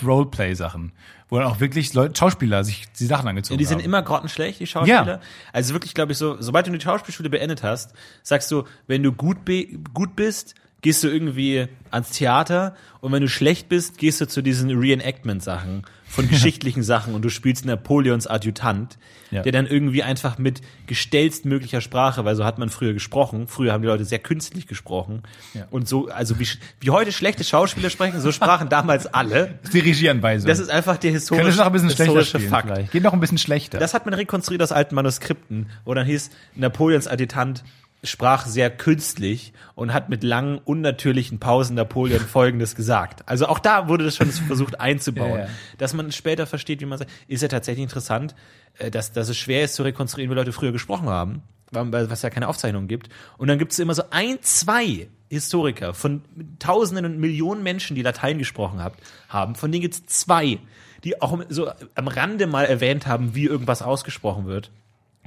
[SPEAKER 1] Live-Roleplay-Sachen, wo dann auch wirklich Leute, Schauspieler sich die Sachen angezogen
[SPEAKER 3] Die sind
[SPEAKER 1] haben.
[SPEAKER 3] immer grottenschlecht, die Schauspieler.
[SPEAKER 1] Ja.
[SPEAKER 3] Also wirklich, glaube ich, so, sobald du die Schauspielschule beendet hast, sagst du, wenn du gut, be gut bist, gehst du irgendwie ans Theater und wenn du schlecht bist, gehst du zu diesen Reenactment-Sachen von geschichtlichen Sachen und du spielst Napoleons Adjutant,
[SPEAKER 1] Ja.
[SPEAKER 3] der dann irgendwie einfach mit gestellst möglicher Sprache, weil so hat man früher gesprochen. Früher haben die Leute sehr künstlich gesprochen. Und so, also wie, sch- wie heute schlechte Schauspieler sprechen, so sprachen damals alle.
[SPEAKER 1] Das ist die Regieanweisung.
[SPEAKER 3] Das ist einfach der
[SPEAKER 1] Könnte es
[SPEAKER 3] historische,
[SPEAKER 1] noch ein bisschen schlechter
[SPEAKER 3] historische
[SPEAKER 1] spielen
[SPEAKER 3] Fakt.
[SPEAKER 1] vielleicht. Geht noch ein bisschen schlechter.
[SPEAKER 3] Das hat man rekonstruiert aus alten Manuskripten, wo dann hieß, Napoleons Adjutant sprach sehr künstlich und hat mit langen, unnatürlichen Pausen Napoleon Folgendes gesagt. Also auch da wurde das schon versucht einzubauen.
[SPEAKER 1] Ja, ja.
[SPEAKER 3] Dass man später versteht, wie man sagt, ist ja tatsächlich interessant, äh, dass, dass es schwer ist zu rekonstruieren, wie Leute früher gesprochen haben, weil was ja keine Aufzeichnungen gibt. Und dann gibt es immer so ein, zwei Historiker von Tausenden und Millionen Menschen, die Latein gesprochen habt, haben, von denen gibt es zwei, die auch so am Rande mal erwähnt haben, wie irgendwas ausgesprochen wird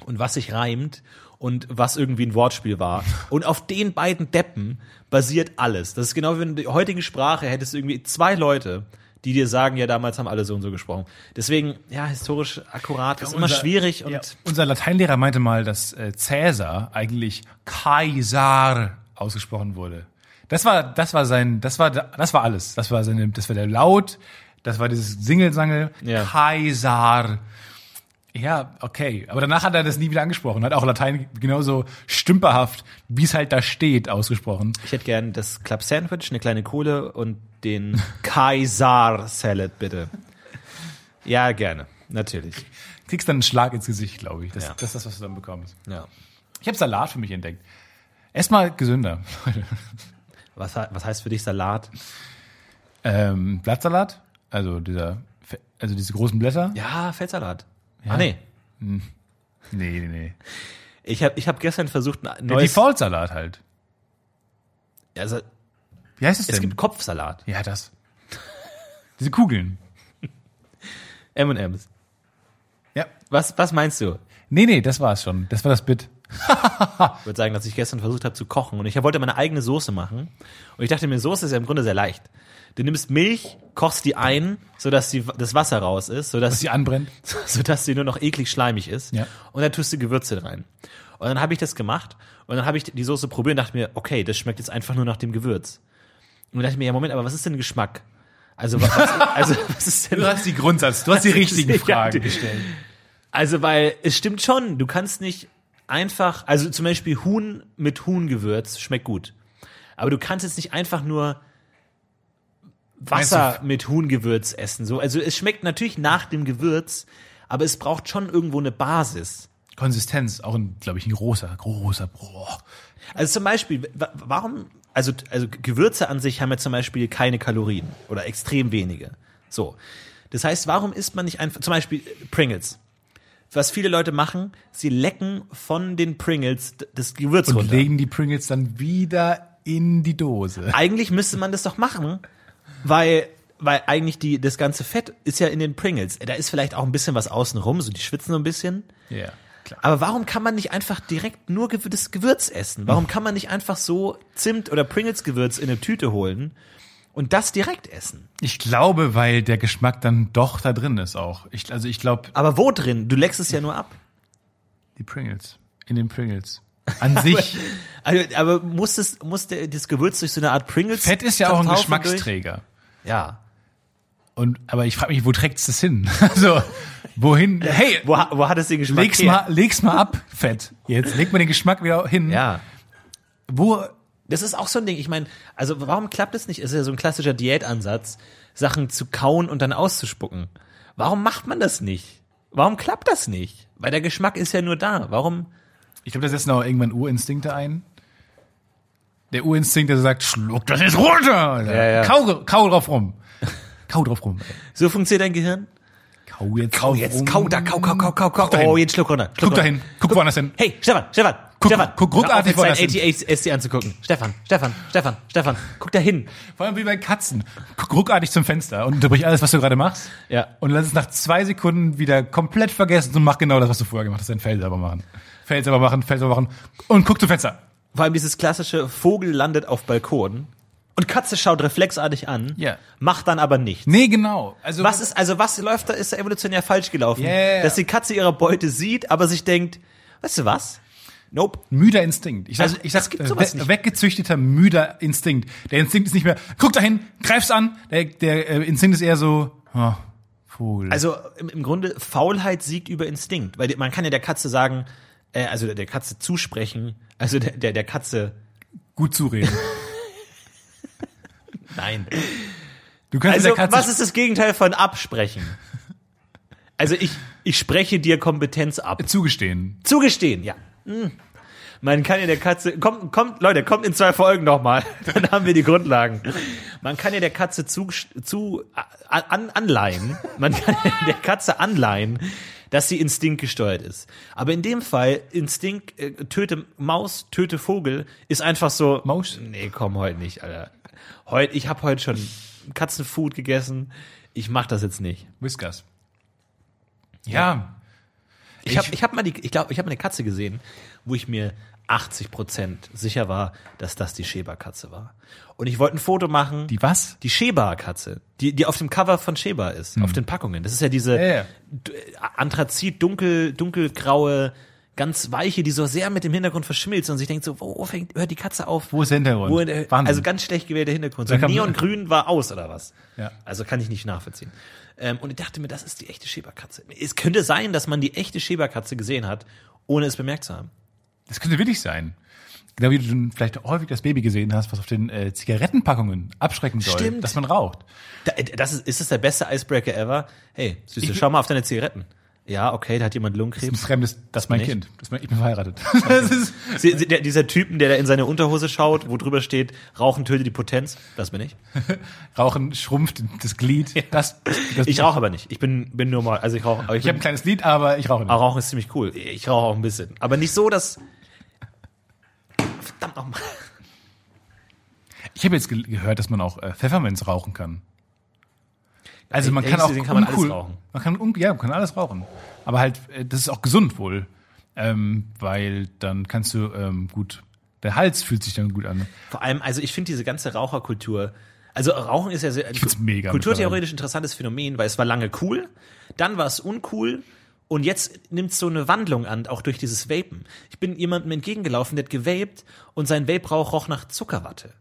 [SPEAKER 3] und was sich reimt und was irgendwie ein Wortspiel war. Und auf den beiden Deppen basiert alles. Das ist genau wie in der heutigen Sprache hättest du irgendwie zwei Leute, die dir sagen, ja, damals haben alle so und so gesprochen. Deswegen, ja, historisch akkurat ist immer
[SPEAKER 1] Unser-
[SPEAKER 3] schwierig und
[SPEAKER 1] ja, unser Lateinlehrer meinte mal, dass äh, Cäsar eigentlich Kaisar ausgesprochen wurde. Das war, das war sein, das war, das war alles. Das war seine, das war der Laut, das war dieses Singelsangel.
[SPEAKER 3] Ja.
[SPEAKER 1] Kaisar. Ja, okay. Aber danach hat er das nie wieder angesprochen. Hat auch Latein genauso stümperhaft, wie es halt da steht, ausgesprochen.
[SPEAKER 3] ich hätte gern das Club Sandwich, eine kleine Kohle und den Kaisar Salad bitte. Ja, gerne. Natürlich.
[SPEAKER 1] Kriegst dann einen Schlag ins Gesicht, glaube ich. Das,
[SPEAKER 3] Ja.
[SPEAKER 1] das ist das, was du dann bekommst.
[SPEAKER 3] Ja.
[SPEAKER 1] Ich habe Salat für mich entdeckt. Erstmal gesünder.
[SPEAKER 3] Was, he- was heißt für dich Salat?
[SPEAKER 1] Ähm, Blattsalat, also dieser, Fe- also diese großen Blätter.
[SPEAKER 3] Ja, Feldsalat. Ah, nee.
[SPEAKER 1] Nee, nee, nee.
[SPEAKER 3] Ich habe ich hab gestern versucht, ein
[SPEAKER 1] Der
[SPEAKER 3] neues...
[SPEAKER 1] Default-Salat halt.
[SPEAKER 3] also,
[SPEAKER 1] Wie heißt es denn?
[SPEAKER 3] es gibt Kopfsalat.
[SPEAKER 1] ja, das. Diese Kugeln.
[SPEAKER 3] M&M's.
[SPEAKER 1] Ja.
[SPEAKER 3] Was, was meinst du?
[SPEAKER 1] Nee, nee, das war's schon. Das war das Bit.
[SPEAKER 3] Ich würde sagen, dass ich gestern versucht habe zu kochen und ich wollte meine eigene Soße machen. Und ich dachte mir, Soße ist ja im Grunde sehr leicht. Du nimmst Milch, kochst die ein, sodass die, das Wasser raus ist, sodass
[SPEAKER 1] Dass sie anbrennt.
[SPEAKER 3] sodass sie nur noch eklig schleimig ist.
[SPEAKER 1] Ja.
[SPEAKER 3] Und dann tust du Gewürze rein. Und dann habe ich das gemacht und dann habe ich die Soße probiert und dachte mir, okay, das schmeckt jetzt einfach nur nach dem Gewürz. Und dann dachte ich mir, ja Moment, aber was ist denn Geschmack? Also was, also, was ist denn
[SPEAKER 1] Du hast die Grundsatz, du hast die richtigen
[SPEAKER 3] Ja,
[SPEAKER 1] Fragen
[SPEAKER 3] die-
[SPEAKER 1] gestellt.
[SPEAKER 3] Also, weil es stimmt schon, du kannst nicht einfach, also zum Beispiel Huhn mit Huhngewürz schmeckt gut. Aber du kannst jetzt nicht einfach nur Wasser
[SPEAKER 1] Weißt
[SPEAKER 3] mit Huhngewürz essen. So, also es schmeckt natürlich nach dem Gewürz, aber es braucht schon irgendwo eine Basis.
[SPEAKER 1] Konsistenz, auch ein, glaube ich, ein großer, großer, boah.
[SPEAKER 3] Also zum Beispiel, wa- warum, also, also Gewürze an sich haben ja zum Beispiel keine Kalorien oder extrem wenige. So. Das heißt, warum isst man nicht einfach, zum Beispiel äh, Pringles. Was viele Leute machen, sie lecken von den Pringles d- das Gewürz
[SPEAKER 1] Und
[SPEAKER 3] runter.
[SPEAKER 1] legen die Pringles dann wieder in die Dose.
[SPEAKER 3] Eigentlich müsste man das doch machen, weil, weil eigentlich die, das ganze Fett ist ja in den Pringles. Da ist vielleicht auch ein bisschen was außenrum, so die schwitzen so ein bisschen.
[SPEAKER 1] Ja, klar.
[SPEAKER 3] Aber warum kann man nicht einfach direkt nur Gew- das Gewürz essen? Warum kann man nicht einfach so Zimt oder Pringles Gewürz in eine Tüte holen und das direkt essen?
[SPEAKER 1] Ich glaube, weil der Geschmack dann doch da drin ist auch. Ich, also ich glaube,
[SPEAKER 3] Aber wo drin? Du leckst es ja nur ab.
[SPEAKER 1] die Pringles. In den Pringles. An sich.
[SPEAKER 3] Also, aber muss das, muss der, das Gewürz durch so eine Art Pringles?
[SPEAKER 1] Fett ist ja auch ein
[SPEAKER 3] Taufe
[SPEAKER 1] Geschmacksträger.
[SPEAKER 3] durch? Ja.
[SPEAKER 1] Und, aber ich frage mich, wo trägt's das hin? Also, wohin? Hey,
[SPEAKER 3] Wo, ha- wo hat es den Geschmack
[SPEAKER 1] leg's
[SPEAKER 3] her?
[SPEAKER 1] mal, leg's mal ab, Fett. Jetzt leg mal den Geschmack wieder hin.
[SPEAKER 3] Ja.
[SPEAKER 1] Wo,
[SPEAKER 3] Das ist auch so ein Ding. Ich meine, also warum klappt es nicht? Es ist ja so ein klassischer Diätansatz, Sachen zu kauen und dann auszuspucken. Warum macht man das nicht? Warum klappt das nicht? Weil der Geschmack ist ja nur da. Warum?
[SPEAKER 1] ich glaube, da setzen auch irgendwann Urinstinkte ein. Der Urinstinkt, der sagt, schluck das jetzt runter.
[SPEAKER 3] ja.
[SPEAKER 1] Kau, kau drauf rum. Kau drauf rum. ey.
[SPEAKER 3] So funktioniert dein Gehirn?
[SPEAKER 1] Kau jetzt
[SPEAKER 3] Kau
[SPEAKER 1] drauf
[SPEAKER 3] jetzt,
[SPEAKER 1] rum.
[SPEAKER 3] kau da, kau, kau, kau, kau, kau.
[SPEAKER 1] dahin.
[SPEAKER 3] Oh, jetzt schluck runter. Schluck
[SPEAKER 1] Guck dahin. Guck woanders hin.
[SPEAKER 3] Hey, Stefan, Stefan,
[SPEAKER 1] Guck,
[SPEAKER 3] Stefan,
[SPEAKER 1] guck ruckartig,
[SPEAKER 3] hör
[SPEAKER 1] wo
[SPEAKER 3] auf,
[SPEAKER 1] das
[SPEAKER 3] jetzt
[SPEAKER 1] hin.
[SPEAKER 3] dein ATASD anzugucken. Stefan, Stefan, Stefan, Stefan, guck da hin.
[SPEAKER 1] Vor allem wie bei Katzen. Guck ruckartig zum Fenster und unterbrich alles, was du gerade machst.
[SPEAKER 3] Ja.
[SPEAKER 1] Und lass es nach zwei Sekunden wieder komplett vergessen und mach genau das, was du vorher gemacht hast. Dein Fell sauber machen. Fell sauber machen, Fell sauber machen. Und guck zum Fenster.
[SPEAKER 3] Vor allem dieses klassische Vogel landet auf Balkon und Katze schaut reflexartig an,
[SPEAKER 1] Ja.
[SPEAKER 3] macht dann aber nichts.
[SPEAKER 1] Nee, genau. Also,
[SPEAKER 3] Was ist, also was läuft da, ist da evolutionär falsch gelaufen?
[SPEAKER 1] Yeah.
[SPEAKER 3] Dass die Katze ihre Beute sieht, aber sich denkt, weißt du was? Nope.
[SPEAKER 1] müder Instinkt. Ich sag,
[SPEAKER 3] Also,
[SPEAKER 1] ich sag äh,
[SPEAKER 3] das gibt sowas
[SPEAKER 1] we
[SPEAKER 3] nicht.
[SPEAKER 1] weggezüchteter müder Instinkt. Der Instinkt ist nicht mehr, guck dahin, greif's an. Der, der äh, Instinkt ist eher so, oh, Vogel.
[SPEAKER 3] Also im, im Grunde, Faulheit siegt über Instinkt. Weil die- man kann ja der Katze sagen, äh, also der, der Katze zusprechen, also der, der, der Katze,
[SPEAKER 1] gut zureden.
[SPEAKER 3] nein.
[SPEAKER 1] Du kannst
[SPEAKER 3] Also
[SPEAKER 1] der Katze
[SPEAKER 3] was ist das Gegenteil von absprechen? Also ich, ich spreche dir Kompetenz ab.
[SPEAKER 1] zugestehen.
[SPEAKER 3] Zugestehen, ja. Hm. Man kann ja der Katze, kommt, kommt, Leute, kommt in zwei Folgen nochmal, dann haben wir die Grundlagen. Man kann ja der Katze zu, zu a- an, anleihen, man kann ja der Katze anleihen, dass sie instinktgesteuert ist. Aber in dem Fall, Instinkt, äh, töte Maus, töte Vogel, ist einfach so,
[SPEAKER 1] Maus?
[SPEAKER 3] nee, komm, heute nicht, Alter. Heute, ich habe heute schon Katzenfood gegessen, ich mach das jetzt nicht.
[SPEAKER 1] Whiskers. ja.
[SPEAKER 3] Ich habe ich hab mal die, ich glaube, ich habe eine Katze gesehen, wo ich mir 80% sicher war, dass das die Schäberkatze war. Und ich wollte ein Foto machen.
[SPEAKER 1] Die was?
[SPEAKER 3] Die Schäberkatze, die, die auf dem Cover von Schäber ist, auf den Packungen. Das ist ja diese
[SPEAKER 1] Mhm. Ja, ja.
[SPEAKER 3] d- äh, Anthrazit, dunkel, dunkelgraue, ganz weiche, die so sehr mit dem Hintergrund verschmilzt und sich denkt so, wo fängt, hört die Katze auf?
[SPEAKER 1] Wo ist der Hintergrund?
[SPEAKER 3] Wo in der,
[SPEAKER 1] Wahnsinn.
[SPEAKER 3] also ganz schlecht gewählter Hintergrund. So
[SPEAKER 1] Da kam-
[SPEAKER 3] Neongrün war aus oder was?
[SPEAKER 1] Ja.
[SPEAKER 3] Also kann ich nicht nachvollziehen. Ähm, und ich dachte mir, das ist die echte Schäberkatze. Es könnte sein, dass man die echte Schäberkatze gesehen hat, ohne es bemerkt zu haben.
[SPEAKER 1] Das könnte wirklich sein. Genau wie du vielleicht häufig das Baby gesehen hast, was auf den äh, Zigarettenpackungen abschrecken soll,
[SPEAKER 3] Stimmt.
[SPEAKER 1] dass man raucht.
[SPEAKER 3] Da, äh, das ist, ist das der beste Icebreaker ever? Hey, Süße, schau mal auf deine Zigaretten. Ja, okay, da hat jemand
[SPEAKER 1] Ein
[SPEAKER 3] Lungenkrebs.
[SPEAKER 1] fremdes, das ist mein
[SPEAKER 3] Nicht?
[SPEAKER 1] Kind. Das ist mein, ich bin verheiratet. Das ist,
[SPEAKER 3] Sie, sie, der, dieser Typen, der da in seine Unterhose schaut, wo drüber steht, Rauchen tötet die Potenz. Das bin ich.
[SPEAKER 1] Rauchen schrumpft das Glied. Das, das,
[SPEAKER 3] Ich rauche aber nicht. Ich bin, bin nur mal, also ich rauche, aber ich,
[SPEAKER 1] Ich habe ein kleines Lied, aber ich rauche nicht.
[SPEAKER 3] Aber Rauchen ist ziemlich cool. Ich rauche auch ein bisschen. Aber nicht so, dass. Verdammt nochmal.
[SPEAKER 1] Ich habe jetzt ge gehört, dass man auch äh, Pfefferminz rauchen kann. Also man
[SPEAKER 3] Ehrlich
[SPEAKER 1] kann auch
[SPEAKER 3] gesehen kann man alles
[SPEAKER 1] uncool-
[SPEAKER 3] rauchen.
[SPEAKER 1] Man kann un ja, man kann alles rauchen. Aber halt, äh, das ist auch gesund wohl, ähm, weil dann kannst du ähm, gut. Der Hals fühlt sich dann gut an.
[SPEAKER 3] Vor allem, also ich finde diese ganze Raucherkultur. Also Rauchen ist ja sehr, ich
[SPEAKER 1] find's mega
[SPEAKER 3] kulturtheoretisch interessantes Phänomen, weil es war lange cool, dann war es uncool und jetzt nimmt es so eine Wandlung an, auch durch dieses Vapen. Ich bin jemandem entgegengelaufen, der hat gewaped und sein Vape-Rauch roch nach Zuckerwatte.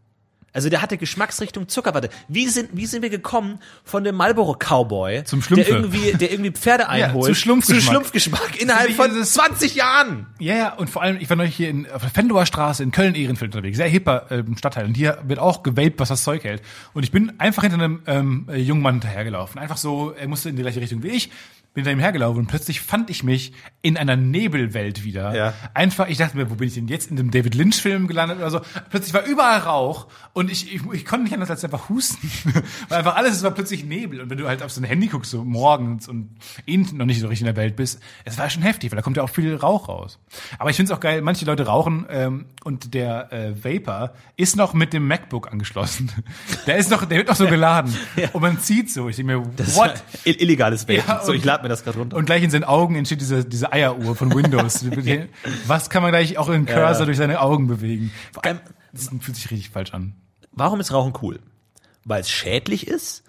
[SPEAKER 3] Also der hatte Geschmacksrichtung Zuckerwatte. Wie sind, wie sind wir gekommen von dem Marlboro Cowboy,
[SPEAKER 1] Zum
[SPEAKER 3] der
[SPEAKER 1] Schlumpfe.
[SPEAKER 3] irgendwie, der irgendwie Pferde einholt,
[SPEAKER 1] zu Schlumpfgeschmack.
[SPEAKER 3] zu Schlumpfgeschmack innerhalb
[SPEAKER 1] Wie
[SPEAKER 3] von
[SPEAKER 1] dieses-
[SPEAKER 3] 20 Jahren.
[SPEAKER 1] Ja, ja, und vor allem, ich war neulich hier in, auf der Fendower Straße in Köln-Ehrenfeld unterwegs, sehr hipper ähm, Stadtteil. Und hier wird auch gewaped, was das Zeug hält. Und ich bin einfach hinter einem ähm, äh, jungen Mann hinterhergelaufen. Einfach so, er musste in die gleiche Richtung wie ich, bin hinter ihm hergelaufen und plötzlich fand ich mich in einer Nebelwelt wieder.
[SPEAKER 3] Ja.
[SPEAKER 1] Einfach, ich dachte mir, wo bin ich denn jetzt? In dem David Lynch-Film gelandet oder so. Plötzlich war überall Rauch und ich, ich, ich konnte nicht anders als einfach husten. Weil einfach alles, es war plötzlich Nebel. Und wenn du halt auf so ein Handy guckst, so morgens und eh noch nicht so richtig in der Welt bist, es war schon heftig, weil da kommt ja auch viel Rauch raus. Aber ich finde es auch geil, manche Leute rauchen ähm, und der äh, Vapor ist noch mit dem MacBook angeschlossen. der ist noch, der wird noch so geladen. Und man zieht so. Ich denke mir, what?
[SPEAKER 3] Ill- Illegales Vapen.
[SPEAKER 1] Ja,
[SPEAKER 3] so,
[SPEAKER 1] und-
[SPEAKER 3] ich lade mir das gerade runter.
[SPEAKER 1] Und gleich in seinen Augen entsteht diese, diese Eieruhr von Windows. Was kann man gleich auch in Cursor durch seine Augen bewegen?
[SPEAKER 3] Vor allem,
[SPEAKER 1] Das fühlt sich richtig falsch an.
[SPEAKER 3] warum ist Rauchen cool? Weil es schädlich ist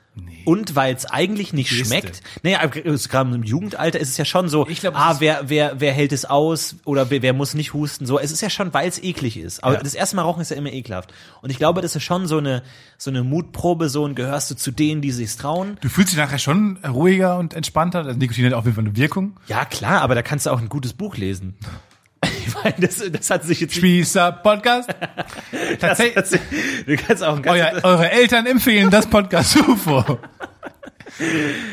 [SPEAKER 3] und weil es eigentlich nicht
[SPEAKER 1] Geste.
[SPEAKER 3] schmeckt. Naja, aber gerade im Jugendalter ist es ja schon so,
[SPEAKER 1] Ich glaub, es
[SPEAKER 3] ah,
[SPEAKER 1] ist-
[SPEAKER 3] wer, wer, wer hält es aus oder wer, wer muss nicht husten. So, es ist ja schon, weil es eklig ist. Aber
[SPEAKER 1] Ja.
[SPEAKER 3] das erste Mal rauchen ist ja immer ekelhaft. Und ich glaube, das ist schon so eine, so eine Mutprobe, so ein gehörst du zu denen, die sich's trauen.
[SPEAKER 1] Du fühlst dich nachher schon ruhiger und entspannter. Also Nikotin hat auf jeden Fall eine Wirkung.
[SPEAKER 3] Ja, klar, aber da kannst du auch ein gutes Buch lesen. Ich meine, das, das hat sich jetzt nicht-
[SPEAKER 1] Spießer Podcast. Tatsächlich.
[SPEAKER 3] das, du kannst auch ein ganzes,
[SPEAKER 1] Euer, eure Eltern empfehlen das Podcast UFO.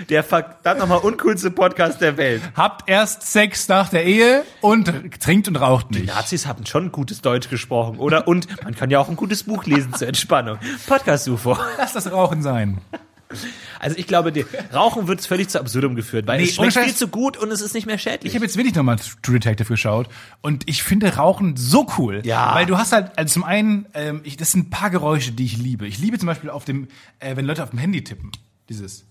[SPEAKER 3] der verdammt nochmal uncoolste Podcast der Welt.
[SPEAKER 1] Habt erst Sex nach der Ehe und trinkt und raucht nicht.
[SPEAKER 3] Nazis haben schon gutes Deutsch gesprochen, oder? Und man kann ja auch ein gutes Buch lesen zur Entspannung. Podcast UFO.
[SPEAKER 1] Lass das Rauchen sein.
[SPEAKER 3] Also ich glaube, die, Rauchen wird völlig zu Absurdum geführt, weil
[SPEAKER 1] Nee,
[SPEAKER 3] es schmeckt
[SPEAKER 1] ohne
[SPEAKER 3] viel
[SPEAKER 1] Scheiß.
[SPEAKER 3] zu gut und es ist nicht mehr schädlich.
[SPEAKER 1] Ich habe jetzt wirklich nochmal True Detective geschaut und ich finde Rauchen so cool.
[SPEAKER 3] Ja.
[SPEAKER 1] Weil du hast halt, also zum einen, ähm, ich, das sind ein paar Geräusche, die ich liebe. Ich liebe zum Beispiel auf dem, äh, wenn Leute auf dem Handy tippen, dieses.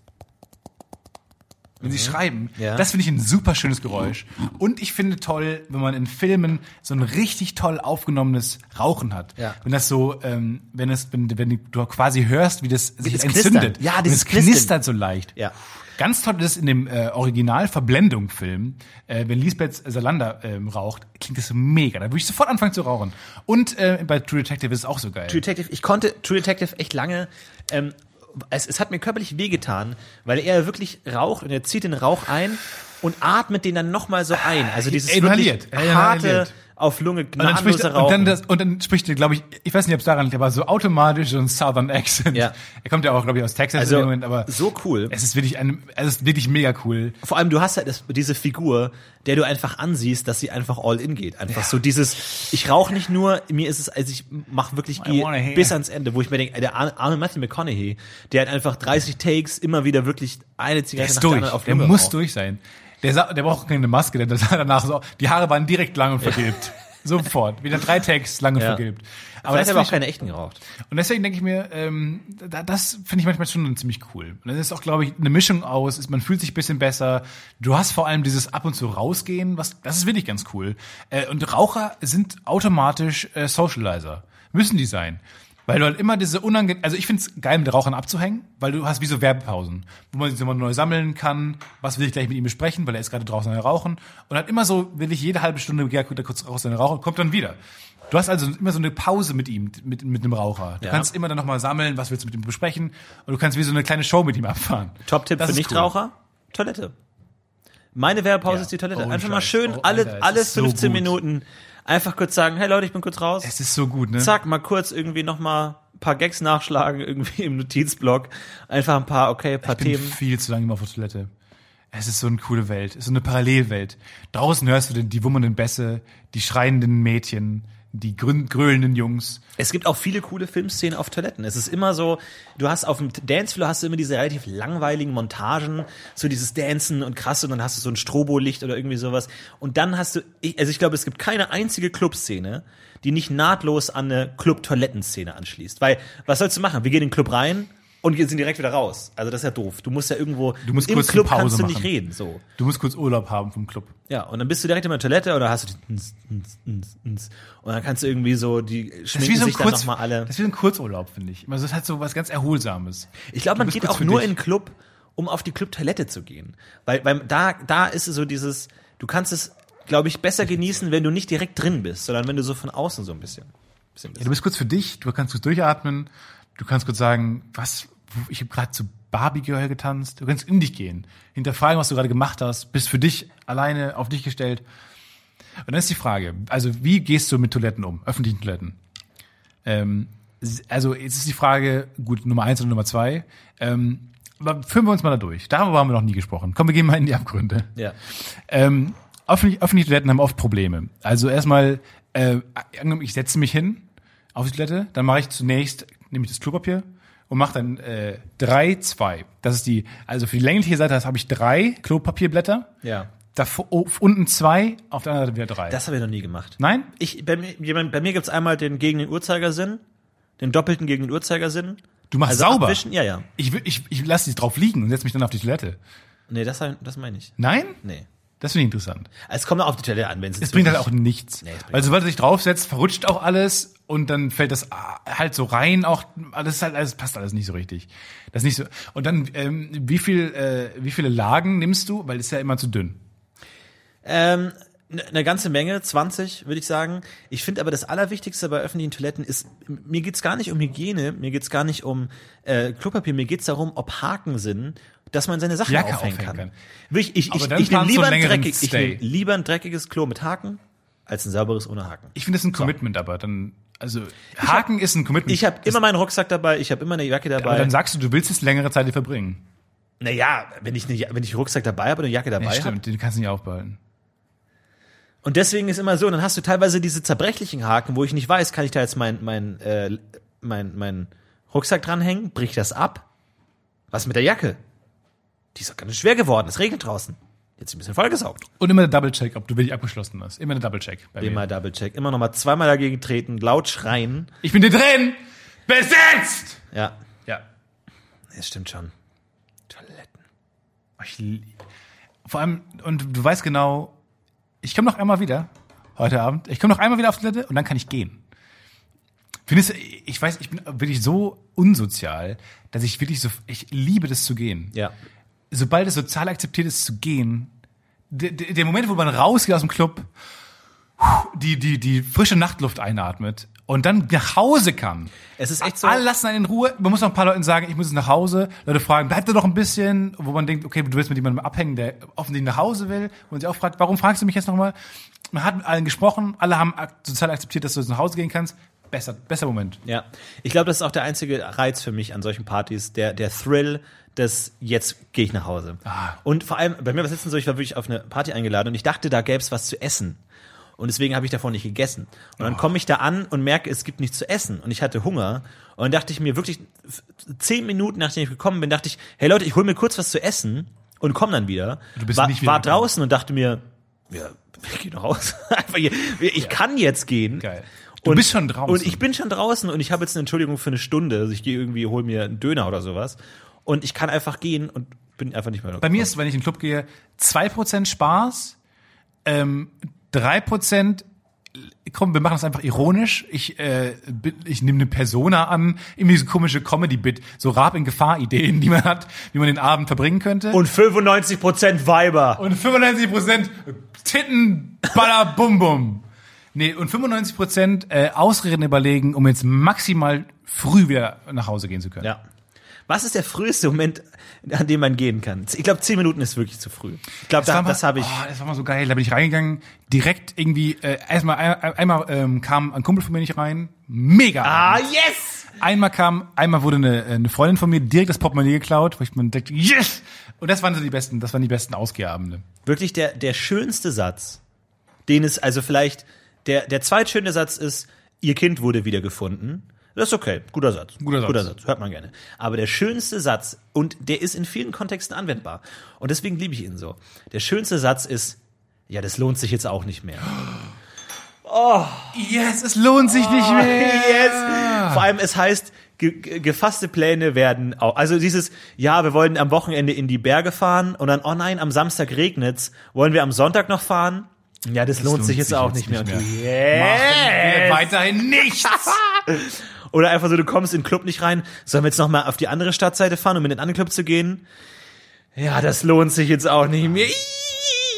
[SPEAKER 1] Wenn sie schreiben,
[SPEAKER 3] Mhm. Ja.
[SPEAKER 1] das finde ich ein super schönes Geräusch. Und ich finde toll, wenn man in Filmen so ein richtig toll aufgenommenes Rauchen hat.
[SPEAKER 3] Ja.
[SPEAKER 1] Wenn das so, ähm, wenn es, wenn, wenn du quasi hörst, wie das sich
[SPEAKER 3] das
[SPEAKER 1] entzündet.
[SPEAKER 3] Knistern. Ja,
[SPEAKER 1] Wenn
[SPEAKER 3] dieses
[SPEAKER 1] es
[SPEAKER 3] Knistern.
[SPEAKER 1] knistert so leicht.
[SPEAKER 3] Ja.
[SPEAKER 1] Ganz toll ist in dem äh, Original-Verblendung-Film, äh, wenn Lisbeth Salander ähm, raucht, klingt das mega. Da würde ich sofort anfangen zu rauchen. Und äh, bei True Detective ist es auch so geil.
[SPEAKER 3] True Detective, ich konnte True Detective echt lange. Ähm, es, es hat mir körperlich wehgetan, weil er wirklich raucht und er zieht den Rauch ein und atmet den dann nochmal so ein. Also dieses
[SPEAKER 1] Inhaliert.
[SPEAKER 3] wirklich
[SPEAKER 1] Ja,
[SPEAKER 3] harte
[SPEAKER 1] inhaliert.
[SPEAKER 3] auf Lunge
[SPEAKER 1] und dann spricht,
[SPEAKER 3] gnadenlose Rauchen.
[SPEAKER 1] und dann, das, und dann spricht er, glaube ich, ich weiß nicht, ob es daran liegt, aber so automatisch so ein Southern Accent.
[SPEAKER 3] Ja.
[SPEAKER 1] Er kommt ja auch, glaube ich, aus Texas
[SPEAKER 3] also
[SPEAKER 1] in dem Moment, aber
[SPEAKER 3] so cool.
[SPEAKER 1] es ist wirklich ein, es ist wirklich mega cool.
[SPEAKER 3] Vor allem, du hast halt das, diese Figur, der du einfach ansiehst, dass sie einfach all in geht. Einfach so dieses, ich rauche nicht nur, mir ist es, also ich mach wirklich gehe
[SPEAKER 1] wanna hear.
[SPEAKER 3] bis ans Ende, wo ich mir denke, der ar- arme Matthew McConaughey, der hat einfach 30 Takes, immer wieder wirklich eine
[SPEAKER 1] Der
[SPEAKER 3] Zigarette
[SPEAKER 1] ist
[SPEAKER 3] nach der
[SPEAKER 1] durch.
[SPEAKER 3] anderen auf
[SPEAKER 1] Der
[SPEAKER 3] Lunge
[SPEAKER 1] muss
[SPEAKER 3] raucht.
[SPEAKER 1] durch sein. Der, sa- der braucht keine Maske, denn das sah danach so, die Haare waren direkt lang und vergilbt. Sofort. Wieder drei Tags lang und
[SPEAKER 3] Ja.
[SPEAKER 1] vergilbt.
[SPEAKER 3] Aber das
[SPEAKER 1] das
[SPEAKER 3] hat aber
[SPEAKER 1] finde
[SPEAKER 3] auch keine echten geraucht.
[SPEAKER 1] Und deswegen denke ich mir, ähm, da, das finde ich manchmal schon ziemlich cool. Und das ist auch, glaube ich, eine Mischung aus, ist, man fühlt sich ein bisschen besser. Du hast vor allem dieses ab und zu rausgehen, was, das ist wirklich ganz cool. Äh, und Raucher sind automatisch äh, Socializer. Müssen die sein. Weil du halt immer diese unange... Also ich finde es geil, mit Rauchern abzuhängen, weil du hast wie so Werbepausen, wo man sich immer neu sammeln kann, was will ich gleich mit ihm besprechen, weil er ist gerade draußen am Rauchen. Und halt immer so, will ich jede halbe Stunde, ja, gut, da kurz raus, dann rauchen, kommt dann wieder. Du hast also immer so eine Pause mit ihm, mit, mit einem Raucher. Du
[SPEAKER 3] Ja.
[SPEAKER 1] kannst immer dann nochmal sammeln, was willst du mit ihm besprechen. Und du kannst wie so eine kleine Show mit ihm abfahren.
[SPEAKER 3] Top-Tipp
[SPEAKER 1] Das
[SPEAKER 3] für
[SPEAKER 1] ist
[SPEAKER 3] Nichtraucher? Toilette. Meine Werbepause
[SPEAKER 1] Ja.
[SPEAKER 3] ist die Toilette.
[SPEAKER 1] Oh,
[SPEAKER 3] einfach mal
[SPEAKER 1] Scheiß.
[SPEAKER 3] schön
[SPEAKER 1] Oh,
[SPEAKER 3] alle,
[SPEAKER 1] Alter, es
[SPEAKER 3] alle
[SPEAKER 1] ist so
[SPEAKER 3] 15
[SPEAKER 1] gut.
[SPEAKER 3] Minuten einfach kurz sagen, hey Leute, ich bin kurz raus.
[SPEAKER 1] Es ist so gut, ne?
[SPEAKER 3] Zack, mal kurz irgendwie nochmal ein paar Gags nachschlagen, irgendwie im Notizblock. Einfach ein paar, okay, ein paar
[SPEAKER 1] Ich bin
[SPEAKER 3] Themen.
[SPEAKER 1] viel zu lange immer auf der Toilette. Es ist so eine coole Welt. Es ist so eine Parallelwelt. Draußen hörst du den, die wummernden Bässe, die schreienden Mädchen, die grün, grölenden Jungs.
[SPEAKER 3] Es gibt auch viele coole Filmszenen auf Toiletten. Es ist immer so, du hast auf dem Dancefloor hast du immer diese relativ langweiligen Montagen, so dieses Dancen und krass und dann hast du so ein Strobolicht oder irgendwie sowas. Und dann hast du, ich- also ich glaube, es gibt keine einzige Clubszene, die nicht nahtlos an eine Club-Toilettenszene anschließt. Weil, was sollst du machen? Wir gehen in den Club rein und wir sind direkt wieder raus. Also das ist ja doof. Du musst ja irgendwo,
[SPEAKER 1] Du musst
[SPEAKER 3] im
[SPEAKER 1] kurz eine
[SPEAKER 3] Club
[SPEAKER 1] Pause
[SPEAKER 3] kannst du nicht
[SPEAKER 1] machen.
[SPEAKER 3] reden, so.
[SPEAKER 1] Du musst kurz Urlaub haben vom Club.
[SPEAKER 3] Ja, und dann bist du direkt in der Toilette oder hast du die ns, ns, ns, ns. und dann kannst du irgendwie so, die
[SPEAKER 1] Das ist,
[SPEAKER 3] schminken
[SPEAKER 1] wie so ein
[SPEAKER 3] sich dann
[SPEAKER 1] kurz,
[SPEAKER 3] nochmal alle.
[SPEAKER 1] das ist wie so ein Kurzurlaub, finde ich. Also es hat so was ganz Erholsames.
[SPEAKER 3] Ich glaube, man
[SPEAKER 1] bist
[SPEAKER 3] geht
[SPEAKER 1] kurz
[SPEAKER 3] auch
[SPEAKER 1] für
[SPEAKER 3] nur
[SPEAKER 1] dich.
[SPEAKER 3] in den Club, um auf die Clubtoilette zu gehen. Weil, beim da, da ist es so dieses, du kannst es, glaube ich, besser genießen, wenn du nicht direkt drin bist, sondern wenn du so von außen so ein bisschen. bisschen
[SPEAKER 1] Ja,
[SPEAKER 3] bist.
[SPEAKER 1] du bist kurz für dich, du kannst kurz durchatmen, du kannst kurz sagen, was, ich habe gerade zu Barbie Girl getanzt. Du kannst in dich gehen, hinterfragen, was du gerade gemacht hast, bist für dich alleine auf dich gestellt. Und dann ist die Frage, also wie gehst du mit Toiletten um, öffentlichen Toiletten? Ähm, s- also jetzt ist die Frage, gut, Nummer eins und Nummer zwei. Ähm, aber führen wir uns mal da durch. Darüber haben wir noch nie gesprochen. Komm, wir gehen mal in die Abgründe.
[SPEAKER 3] Ja.
[SPEAKER 1] Ähm, öffentlich, öffentliche Toiletten haben oft Probleme. Also erstmal, äh, angenommen, ich setze mich hin auf die Toilette, dann mache ich zunächst, nehme ich das Klopapier und mache dann äh, drei, zwei. Das ist die, also für die längliche Seite das habe ich drei Klopapierblätter,
[SPEAKER 3] ja.
[SPEAKER 1] davor, oh, unten zwei, auf der anderen Seite wieder drei.
[SPEAKER 3] Das habe ich noch nie gemacht.
[SPEAKER 1] Nein?
[SPEAKER 3] Ich, bei mir, jemand- bei mir gibt's einmal den gegen den Uhrzeigersinn, den doppelten gegen den Uhrzeigersinn. Also
[SPEAKER 1] Du machst sauber.
[SPEAKER 3] Abwischen, ja, ja.
[SPEAKER 1] Ich, will- ich, ich lasse die drauf liegen und setze mich dann auf die Toilette.
[SPEAKER 3] Nee, das, hab ich- das meine ich.
[SPEAKER 1] Nein?
[SPEAKER 3] Nee.
[SPEAKER 1] Das finde ich interessant.
[SPEAKER 3] Es kommt auf die Toilette an, wenn
[SPEAKER 1] Es bringt halt auch nichts.
[SPEAKER 3] es bringt
[SPEAKER 1] Weil sobald du dich draufsetzt, verrutscht auch alles und dann fällt das ah, halt so rein, auch alles ist halt alles passt alles nicht so richtig. Das ist nicht so. Und dann ähm, wie viel äh, wie viele Lagen nimmst du, weil es ist ja immer zu dünn.
[SPEAKER 3] Ähm, ne- eine ganze Menge, 20 würde ich sagen. Ich finde aber das Allerwichtigste bei öffentlichen Toiletten ist, m- mir geht's gar nicht um Hygiene, mir geht's gar nicht um äh, Klopapier, mir geht's darum, ob Haken sind, dass man seine Sachen
[SPEAKER 1] Jacke
[SPEAKER 3] aufhängen
[SPEAKER 1] aufhängen
[SPEAKER 3] kann.
[SPEAKER 1] kann.
[SPEAKER 3] Wirklich, ich, ich,
[SPEAKER 1] Aber dann
[SPEAKER 3] ich nehme
[SPEAKER 1] planst du
[SPEAKER 3] lieber,
[SPEAKER 1] einen
[SPEAKER 3] ein
[SPEAKER 1] längeren
[SPEAKER 3] dreckig, ich
[SPEAKER 1] Stay.
[SPEAKER 3] nehm lieber ein dreckiges Klo mit Haken, als ein sauberes ohne Haken.
[SPEAKER 1] Ich finde das ist ein Commitment, aber dann also Haken ist ein Commitment.
[SPEAKER 3] Ich habe immer meinen Rucksack dabei, ich habe immer eine Jacke
[SPEAKER 1] aber
[SPEAKER 3] dabei.
[SPEAKER 1] dann sagst du, du willst es längere Zeit hier verbringen.
[SPEAKER 3] Naja, wenn ich, eine, Ja- wenn ich einen Rucksack dabei habe, eine Jacke dabei
[SPEAKER 1] Ja,
[SPEAKER 3] hab.
[SPEAKER 1] stimmt, den kannst du nicht aufbehalten.
[SPEAKER 3] Und deswegen ist immer so, dann hast du teilweise diese zerbrechlichen Haken, wo ich nicht weiß, kann ich da jetzt mein, mein, äh, mein, mein Rucksack dranhängen, bricht das ab? Was mit der Jacke? Die ist doch ganz schwer geworden. Es regnet draußen. Jetzt ein bisschen vollgesaugt.
[SPEAKER 1] Und immer der Double-Check, ob du wirklich abgeschlossen hast. Immer der Double-Check. bei mir.
[SPEAKER 3] Immer Double Check. Immer nochmal zweimal dagegen treten, laut schreien.
[SPEAKER 1] Ich bin dir drin! Besetzt!
[SPEAKER 3] Ja,
[SPEAKER 1] Ja.
[SPEAKER 3] das stimmt schon. Toiletten.
[SPEAKER 1] Oh, Ich, lie- vor allem, und du weißt genau, ich komme noch einmal wieder heute Abend. Ich komme noch einmal wieder auf die Toilette und dann kann ich gehen. Findest du, ich weiß, ich bin wirklich so unsozial, dass ich wirklich so, ich liebe das zu gehen.
[SPEAKER 3] Ja.
[SPEAKER 1] Sobald es sozial akzeptiert ist zu gehen, der, der der Moment, wo man rausgeht aus dem Club, die, die, die frische Nachtluft einatmet und dann nach Hause kann.
[SPEAKER 3] Es ist echt so.
[SPEAKER 1] Alle lassen einen in Ruhe. Man muss noch ein paar Leuten sagen, ich muss jetzt nach Hause. Leute fragen, bleibt da noch ein bisschen? Wo man denkt, okay, du willst mit jemandem abhängen, der offensichtlich nach Hause will. Und sich auch fragt, warum fragst du mich jetzt nochmal? Man hat mit allen gesprochen, alle haben ak- sozial akzeptiert, dass du jetzt nach Hause gehen kannst. Besser, besser Moment.
[SPEAKER 3] Ja, ich glaube, das ist auch der einzige Reiz für mich an solchen Partys, der, der Thrill des jetzt gehe ich nach Hause.
[SPEAKER 1] Ah.
[SPEAKER 3] Und vor allem, bei mir war es letztens so, ich war wirklich auf eine Party eingeladen und ich dachte, da gäbe es was zu essen. Und deswegen habe ich davon nicht gegessen. Und
[SPEAKER 1] Ah.
[SPEAKER 3] dann komme ich da an und merke, es gibt nichts zu essen. Und ich hatte Hunger. Und dann dachte ich mir wirklich, f- zehn Minuten nachdem ich gekommen bin, dachte ich, hey Leute, ich hole mir kurz was zu essen und komme dann wieder.
[SPEAKER 1] Du bist
[SPEAKER 3] war,
[SPEAKER 1] nicht
[SPEAKER 3] war
[SPEAKER 1] wiedergekommen.
[SPEAKER 3] draußen und dachte mir, ja, ich gehe nach Hause. Einfach hier, ich kann jetzt gehen.
[SPEAKER 1] Geil. Du bist schon draußen.
[SPEAKER 3] Und ich bin schon draußen und ich habe jetzt eine Entschuldigung für eine Stunde. Also ich gehe irgendwie, hol mir einen Döner oder sowas. Und ich kann einfach gehen und bin einfach nicht mehr
[SPEAKER 1] Bei mir ist, wenn ich in den Club gehe, 2% Spaß, ähm, 3%, komm, wir machen das einfach ironisch. Ich, äh, bin- ich nehme eine Persona an, irgendwie so komische Comedy-Bit, so Rab in Gefahr-Ideen, die man hat, wie man den Abend verbringen könnte.
[SPEAKER 3] und 95% Weiber.
[SPEAKER 1] Und 95% Titten, Baller, Bum, Bum. Nee, und 95% äh, Ausreden überlegen, um jetzt maximal früh wieder nach Hause gehen zu können.
[SPEAKER 3] Ja. Was ist der früheste Moment, an dem man gehen kann? Ich glaube, 10 Minuten ist wirklich zu früh. Ich glaube,
[SPEAKER 1] war
[SPEAKER 3] da,
[SPEAKER 1] mal-
[SPEAKER 3] das habe ich.
[SPEAKER 1] Oh, das war mal so geil. Da bin ich reingegangen, direkt irgendwie, äh, erstmal ein, einmal ähm, kam ein Kumpel von mir nicht rein. Mega.
[SPEAKER 3] Ah, yes!
[SPEAKER 1] Einmal kam, einmal wurde eine, äh, eine Freundin von mir direkt das Portemonnaie geklaut, wo ich mir direkt, yes! Und das waren so die besten, das waren die besten Ausgehabende.
[SPEAKER 3] Wirklich der, der schönste Satz, den es, also vielleicht, der, der zweitschönste Satz ist, ihr Kind wurde wiedergefunden. Das ist okay, guter Satz.
[SPEAKER 1] Guter Satz.
[SPEAKER 3] Guter Satz, hört man gerne. Aber der schönste Satz, und der ist in vielen Kontexten anwendbar. Und deswegen liebe ich ihn so. Der schönste Satz ist, ja, das lohnt sich jetzt auch nicht mehr.
[SPEAKER 1] Yes, es lohnt sich nicht mehr.
[SPEAKER 3] Yes! Vor allem, es heißt, ge ge- gefasste Pläne werden auch. Also dieses, ja, wir wollen am Wochenende in die Berge fahren und dann, oh nein, am Samstag regnet's. Wollen wir am Sonntag noch fahren? Ja, das, lohnt, sich jetzt auch nicht mehr. Und du,
[SPEAKER 1] Machen wir weiterhin nichts.
[SPEAKER 3] Oder einfach so, du kommst in den Club nicht rein. Sollen wir jetzt nochmal auf die andere Stadtseite fahren, um in den anderen Club zu gehen? Ja, das lohnt sich jetzt auch nicht mehr.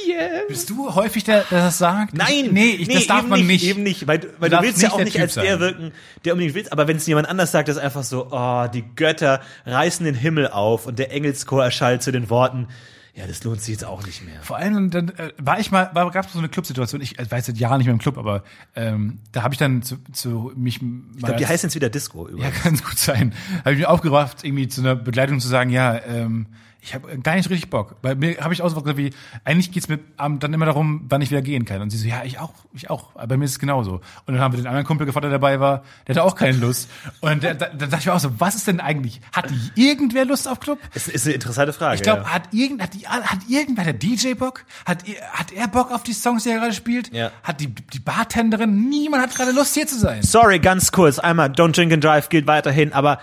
[SPEAKER 3] Yes.
[SPEAKER 1] Bist du häufig der, der das sagt?
[SPEAKER 3] Nein,
[SPEAKER 1] Nee, ich, das darf
[SPEAKER 3] eben
[SPEAKER 1] man nicht.
[SPEAKER 3] Eben nicht, weil, weil du
[SPEAKER 1] darfst
[SPEAKER 3] willst ja
[SPEAKER 1] nicht
[SPEAKER 3] auch
[SPEAKER 1] der
[SPEAKER 3] nicht
[SPEAKER 1] Typ
[SPEAKER 3] als der
[SPEAKER 1] sein.
[SPEAKER 3] wirken, der unbedingt willst. Aber wenn es jemand anders sagt, ist einfach so, oh, die Götter reißen den Himmel auf und der Engelschor erschallt zu den Worten, ja, das lohnt sich jetzt auch nicht mehr.
[SPEAKER 1] Vor allem dann äh, war ich mal, war, gab es so eine Clubsituation. Ich äh, weiß seit Jahren nicht mehr im Club, aber ähm, da habe ich dann zu, zu mich mal
[SPEAKER 3] Ich glaube, die heißt jetzt wieder Disco übrigens.
[SPEAKER 1] ja kann gut sein, habe ich mich aufgerafft, irgendwie zu einer Begleitung zu sagen, ja, ähm, ich habe gar nicht richtig Bock. Bei mir habe ich auch so was gesagt wie, eigentlich geht's mir am- dann immer darum, wann ich wieder gehen kann. Und sie so, ja, ich auch, ich auch. Aber bei mir ist es genauso. Und dann haben wir den anderen Kumpel gefragt, der dabei war, der hatte auch keine Lust. Und der, da, dann dachte ich mir auch so, was ist denn eigentlich? Hat irgendwer Lust auf Club?
[SPEAKER 3] Das ist eine interessante Frage.
[SPEAKER 1] Ich glaube,
[SPEAKER 3] ja.
[SPEAKER 1] hat, irgend, hat, die, hat irgendwer der DJ Bock? Hat, ihr- hat er Bock auf die Songs, die er gerade spielt?
[SPEAKER 3] Ja.
[SPEAKER 1] Hat die, die Bartenderin? Niemand hat gerade Lust, hier zu sein.
[SPEAKER 3] Sorry, ganz kurz, einmal Don't Drink and Drive gilt weiterhin, aber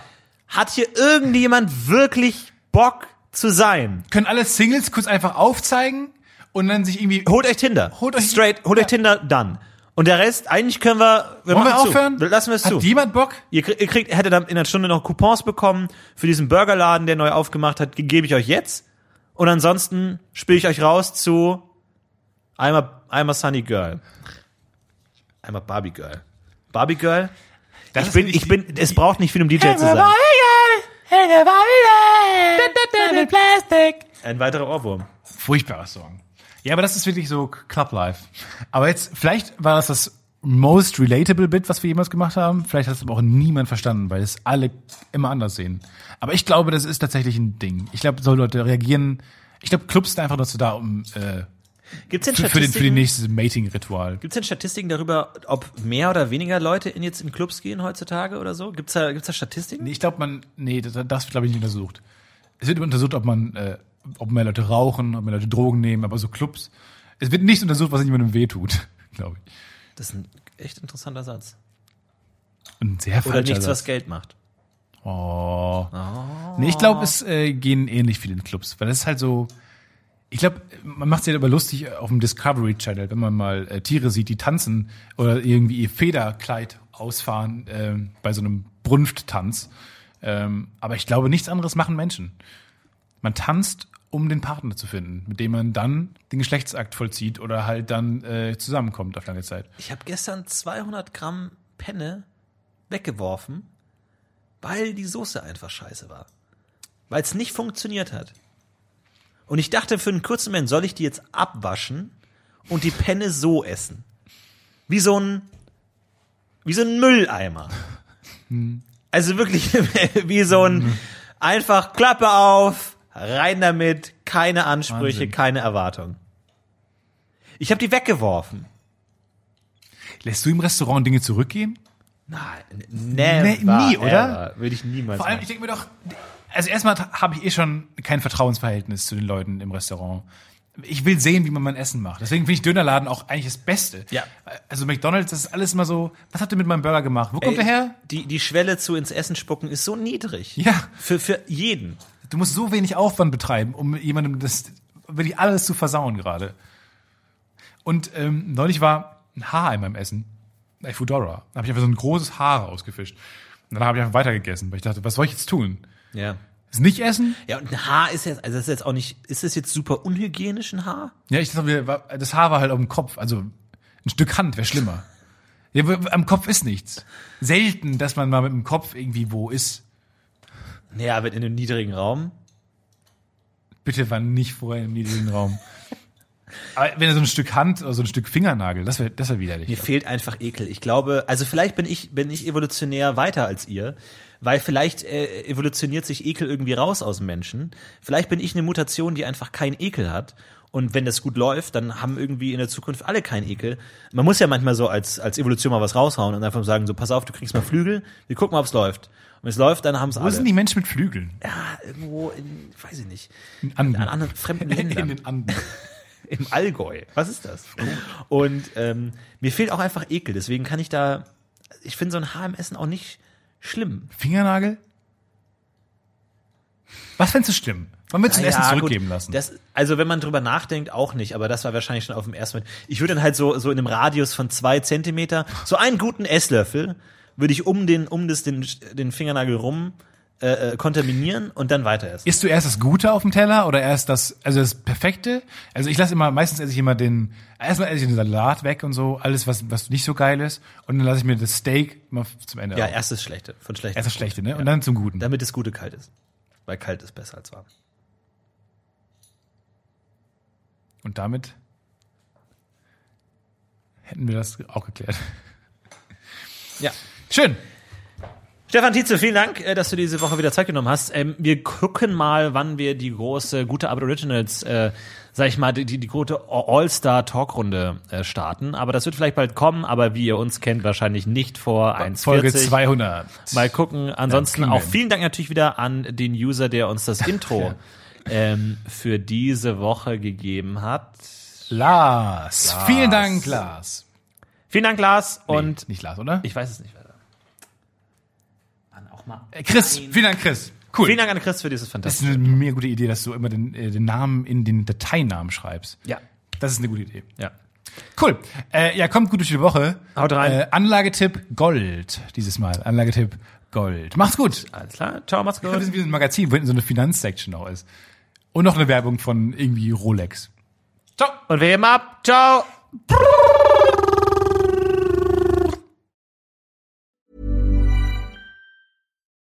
[SPEAKER 3] hat hier irgendjemand wirklich Bock zu sein?
[SPEAKER 1] Können alle Singles kurz einfach aufzeigen und dann sich irgendwie...
[SPEAKER 3] Holt euch Tinder.
[SPEAKER 1] Holt euch-
[SPEAKER 3] Straight, holt euch
[SPEAKER 1] Ja.
[SPEAKER 3] Tinder, dann. Und der Rest, eigentlich können wir, wir
[SPEAKER 1] Wollen wir
[SPEAKER 3] machen
[SPEAKER 1] aufhören?
[SPEAKER 3] Zu. Lassen wir es
[SPEAKER 1] hat
[SPEAKER 3] zu.
[SPEAKER 1] jemand Bock?
[SPEAKER 3] Ihr, krieg, ihr kriegt, hättet dann in einer Stunde noch Coupons bekommen für diesen Burgerladen, der neu aufgemacht hat, die gebe ich euch jetzt. Und ansonsten spiele ich euch raus zu einmal, einmal Sunny Girl. Einmal Barbie Girl. Barbie Girl?
[SPEAKER 1] Das
[SPEAKER 3] Ich
[SPEAKER 1] ist
[SPEAKER 3] bin,
[SPEAKER 1] wirklich
[SPEAKER 3] ich bin, es braucht nicht viel um DJ zu sein. Ein weiterer Ohrwurm.
[SPEAKER 1] die- Furchtbarer Song. Ja, aber das ist wirklich so Club Life. Aber jetzt, vielleicht war das das most relatable Bit, was wir jemals gemacht haben. Vielleicht hat es aber auch niemand verstanden, weil es alle immer anders sehen. Aber ich glaube, das ist tatsächlich ein Ding. Ich glaube, so Leute reagieren... Ich glaube, Clubs sind einfach dazu da, um... Äh,
[SPEAKER 3] Gibt's denn
[SPEAKER 1] Für, für, den,
[SPEAKER 3] Statistiken?
[SPEAKER 1] für die nächste Mating-Ritual.
[SPEAKER 3] Gibt's denn Statistiken darüber, ob mehr oder weniger Leute in jetzt in Clubs gehen heutzutage oder so? Gibt's da, gibt's da Statistiken?
[SPEAKER 1] Nee, ich glaube, man, nee, das, das wird, glaube ich, nicht untersucht. es wird untersucht, ob man, äh, ob mehr Leute rauchen, ob mehr Leute Drogen nehmen, aber so Clubs. Es wird nicht untersucht, was jemandem wehtut, glaube ich.
[SPEAKER 3] Das ist ein echt interessanter Satz.
[SPEAKER 1] Und sehr
[SPEAKER 3] Oder
[SPEAKER 1] falscher
[SPEAKER 3] nichts,
[SPEAKER 1] Satz.
[SPEAKER 3] was Geld macht.
[SPEAKER 1] Oh. Nee, ich glaube, es äh, gehen ähnlich viele in Clubs, weil das ist halt so. Ich glaube, man macht es ja aber lustig auf dem Discovery Channel, wenn man mal äh, Tiere sieht, die tanzen oder irgendwie ihr Federkleid ausfahren ähm, bei so einem Brunfttanz. Ähm, aber ich glaube, nichts anderes machen Menschen. Man tanzt, um den Partner zu finden, mit dem man dann den Geschlechtsakt vollzieht oder halt dann äh, zusammenkommt auf lange Zeit.
[SPEAKER 3] Ich habe gestern 200 Gramm Penne weggeworfen, weil die Soße einfach scheiße war. Weil es nicht funktioniert hat. Und ich dachte für einen kurzen Moment, soll ich die jetzt abwaschen und die Penne so essen? Wie so ein, wie so ein Mülleimer. Also wirklich wie so ein einfach Klappe auf, rein damit, keine Ansprüche,
[SPEAKER 1] Wahnsinn.
[SPEAKER 3] keine Erwartung. Ich habe die weggeworfen.
[SPEAKER 1] Lässt du im Restaurant Dinge zurückgehen?
[SPEAKER 3] Nein, never,
[SPEAKER 1] Nee, nie, oder?
[SPEAKER 3] Ever. Würde ich niemals
[SPEAKER 1] Vor allem, ich
[SPEAKER 3] machen.
[SPEAKER 1] denke mir doch, also erstmal habe ich eh schon kein Vertrauensverhältnis zu den Leuten im Restaurant. Ich will sehen, wie man mein Essen macht. Deswegen finde ich Dönerladen auch eigentlich das Beste.
[SPEAKER 3] Ja.
[SPEAKER 1] Also McDonalds, das ist alles immer so, was habt ihr mit meinem Burger gemacht? Wo kommt der
[SPEAKER 3] Ey,
[SPEAKER 1] her?
[SPEAKER 3] Äh, Die, die Schwelle zu ins Essen spucken ist so niedrig.
[SPEAKER 1] Ja.
[SPEAKER 3] Für, für jeden.
[SPEAKER 1] Du musst so wenig Aufwand betreiben, um jemandem das wirklich alles zu versauen gerade. Und ähm, neulich war ein Haar in meinem Essen. Bei Foodora. Da habe ich einfach so ein großes Haar rausgefischt. Und dann habe ich einfach weitergegessen, weil ich dachte, was soll ich jetzt tun?
[SPEAKER 3] Ja.
[SPEAKER 1] Es nicht essen?
[SPEAKER 3] Ja, und ein Haar ist jetzt, also das ist jetzt auch nicht, ist das jetzt super unhygienisch, ein Haar?
[SPEAKER 1] Ja, ich dachte, mir, war- das Haar war halt auf dem Kopf. Also ein Stück Hand wäre schlimmer. Ja, w- am Kopf ist nichts. Selten, dass man mal mit dem Kopf irgendwie wo ist.
[SPEAKER 3] Naja, aber in einem niedrigen Raum.
[SPEAKER 1] Bitte war nicht vorher im niedrigen Raum. Aber wenn er so ein Stück Hand oder so ein Stück Fingernagel, das wäre das wär widerlich.
[SPEAKER 3] Mir fehlt einfach Ekel. Ich glaube, also vielleicht bin ich, bin ich evolutionär weiter als ihr, weil vielleicht äh, evolutioniert sich Ekel irgendwie raus aus dem Menschen. Vielleicht bin ich eine Mutation, die einfach keinen Ekel hat. Und wenn das gut läuft, dann haben irgendwie in der Zukunft alle keinen Ekel. Man muss ja manchmal so als, als Evolution mal was raushauen und einfach sagen, so pass auf, du kriegst mal Flügel, wir gucken mal, ob's läuft. Und wenn es läuft, dann haben's
[SPEAKER 1] Wo
[SPEAKER 3] alle.
[SPEAKER 1] sind die Menschen mit Flügeln?
[SPEAKER 3] Ja, irgendwo in, weiß ich nicht,
[SPEAKER 1] In Anden.
[SPEAKER 3] an anderen fremden
[SPEAKER 1] In
[SPEAKER 3] Ländern
[SPEAKER 1] den Anden.
[SPEAKER 3] im Allgäu. Was ist das? Und ähm, mir fehlt auch einfach Ekel, deswegen kann ich da, ich finde so ein Haar im Essen auch nicht schlimm.
[SPEAKER 1] Fingernagel? Was fändest du schlimm? Man wird es
[SPEAKER 3] Na
[SPEAKER 1] Essen
[SPEAKER 3] ja, gut,
[SPEAKER 1] zurückgeben lassen.
[SPEAKER 3] Das, also wenn man drüber nachdenkt, auch nicht, aber das war wahrscheinlich schon auf dem ersten Moment. Ich würde dann halt so, so in einem Radius von zwei Zentimeter, so einen guten Esslöffel, würde ich um den, um das, den, den Fingernagel rum äh, äh, kontaminieren und dann weiter essen.
[SPEAKER 1] Isst du erst das Gute auf dem Teller oder erst das, also das Perfekte? Also ich lasse immer, meistens esse ich immer den, erstmal esse ich den Salat weg und so, alles, was, was nicht so geil ist. Und dann lasse ich mir das Steak mal zum Ende.
[SPEAKER 3] Ja,
[SPEAKER 1] auf.
[SPEAKER 3] erstes Schlechte, von Schlecht.
[SPEAKER 1] erst das Schlechte, ne? Und dann zum Guten.
[SPEAKER 3] Damit das Gute kalt ist. Weil kalt ist besser als warm.
[SPEAKER 1] Und damit hätten wir das auch geklärt.
[SPEAKER 3] Ja.
[SPEAKER 1] Schön.
[SPEAKER 3] Stefan Tietze, vielen Dank, äh, dass du diese Woche wieder Zeit genommen hast. Ähm, Wir gucken mal, wann wir die große gute Arbeit Originals, äh, sag ich mal, die, die die gute All-Star-Talkrunde äh, starten. Aber das wird vielleicht bald kommen, aber wie ihr uns kennt, wahrscheinlich nicht vor 1.40.
[SPEAKER 1] Folge 200.
[SPEAKER 3] Mal gucken. Ansonsten
[SPEAKER 1] Ja, kriegen wir
[SPEAKER 3] auch
[SPEAKER 1] hin.
[SPEAKER 3] vielen Dank natürlich wieder an den User, der uns das Intro ähm, für diese Woche gegeben hat.
[SPEAKER 1] Lars. Vielen Dank, Lars.
[SPEAKER 3] Vielen Dank, Lars. Und
[SPEAKER 1] nee, nicht Lars, oder?
[SPEAKER 3] ich weiß es nicht weiter. Mann, auch mal.
[SPEAKER 1] Äh, Chris. Vielen Dank, Chris. Cool.
[SPEAKER 3] Vielen Dank an Chris für dieses
[SPEAKER 1] Das
[SPEAKER 3] fantastische.
[SPEAKER 1] ist eine mega gute Idee, dass du immer den, äh, den Namen in den Dateinamen schreibst.
[SPEAKER 3] Ja.
[SPEAKER 1] Das ist eine gute Idee.
[SPEAKER 3] Ja.
[SPEAKER 1] Cool. Äh, ja, kommt gut durch die Woche.
[SPEAKER 3] Haut rein.
[SPEAKER 1] Äh, Anlagetipp Gold dieses Mal. Anlagetipp Gold. Macht's gut.
[SPEAKER 3] Alles klar. Ciao, macht's
[SPEAKER 1] Wir
[SPEAKER 3] gut.
[SPEAKER 1] sind wie so ein Magazin, wo hinten so eine Finanzsection auch ist. Und noch eine Werbung von irgendwie Rolex. Ciao.
[SPEAKER 3] Und wir heben ab. Ciao.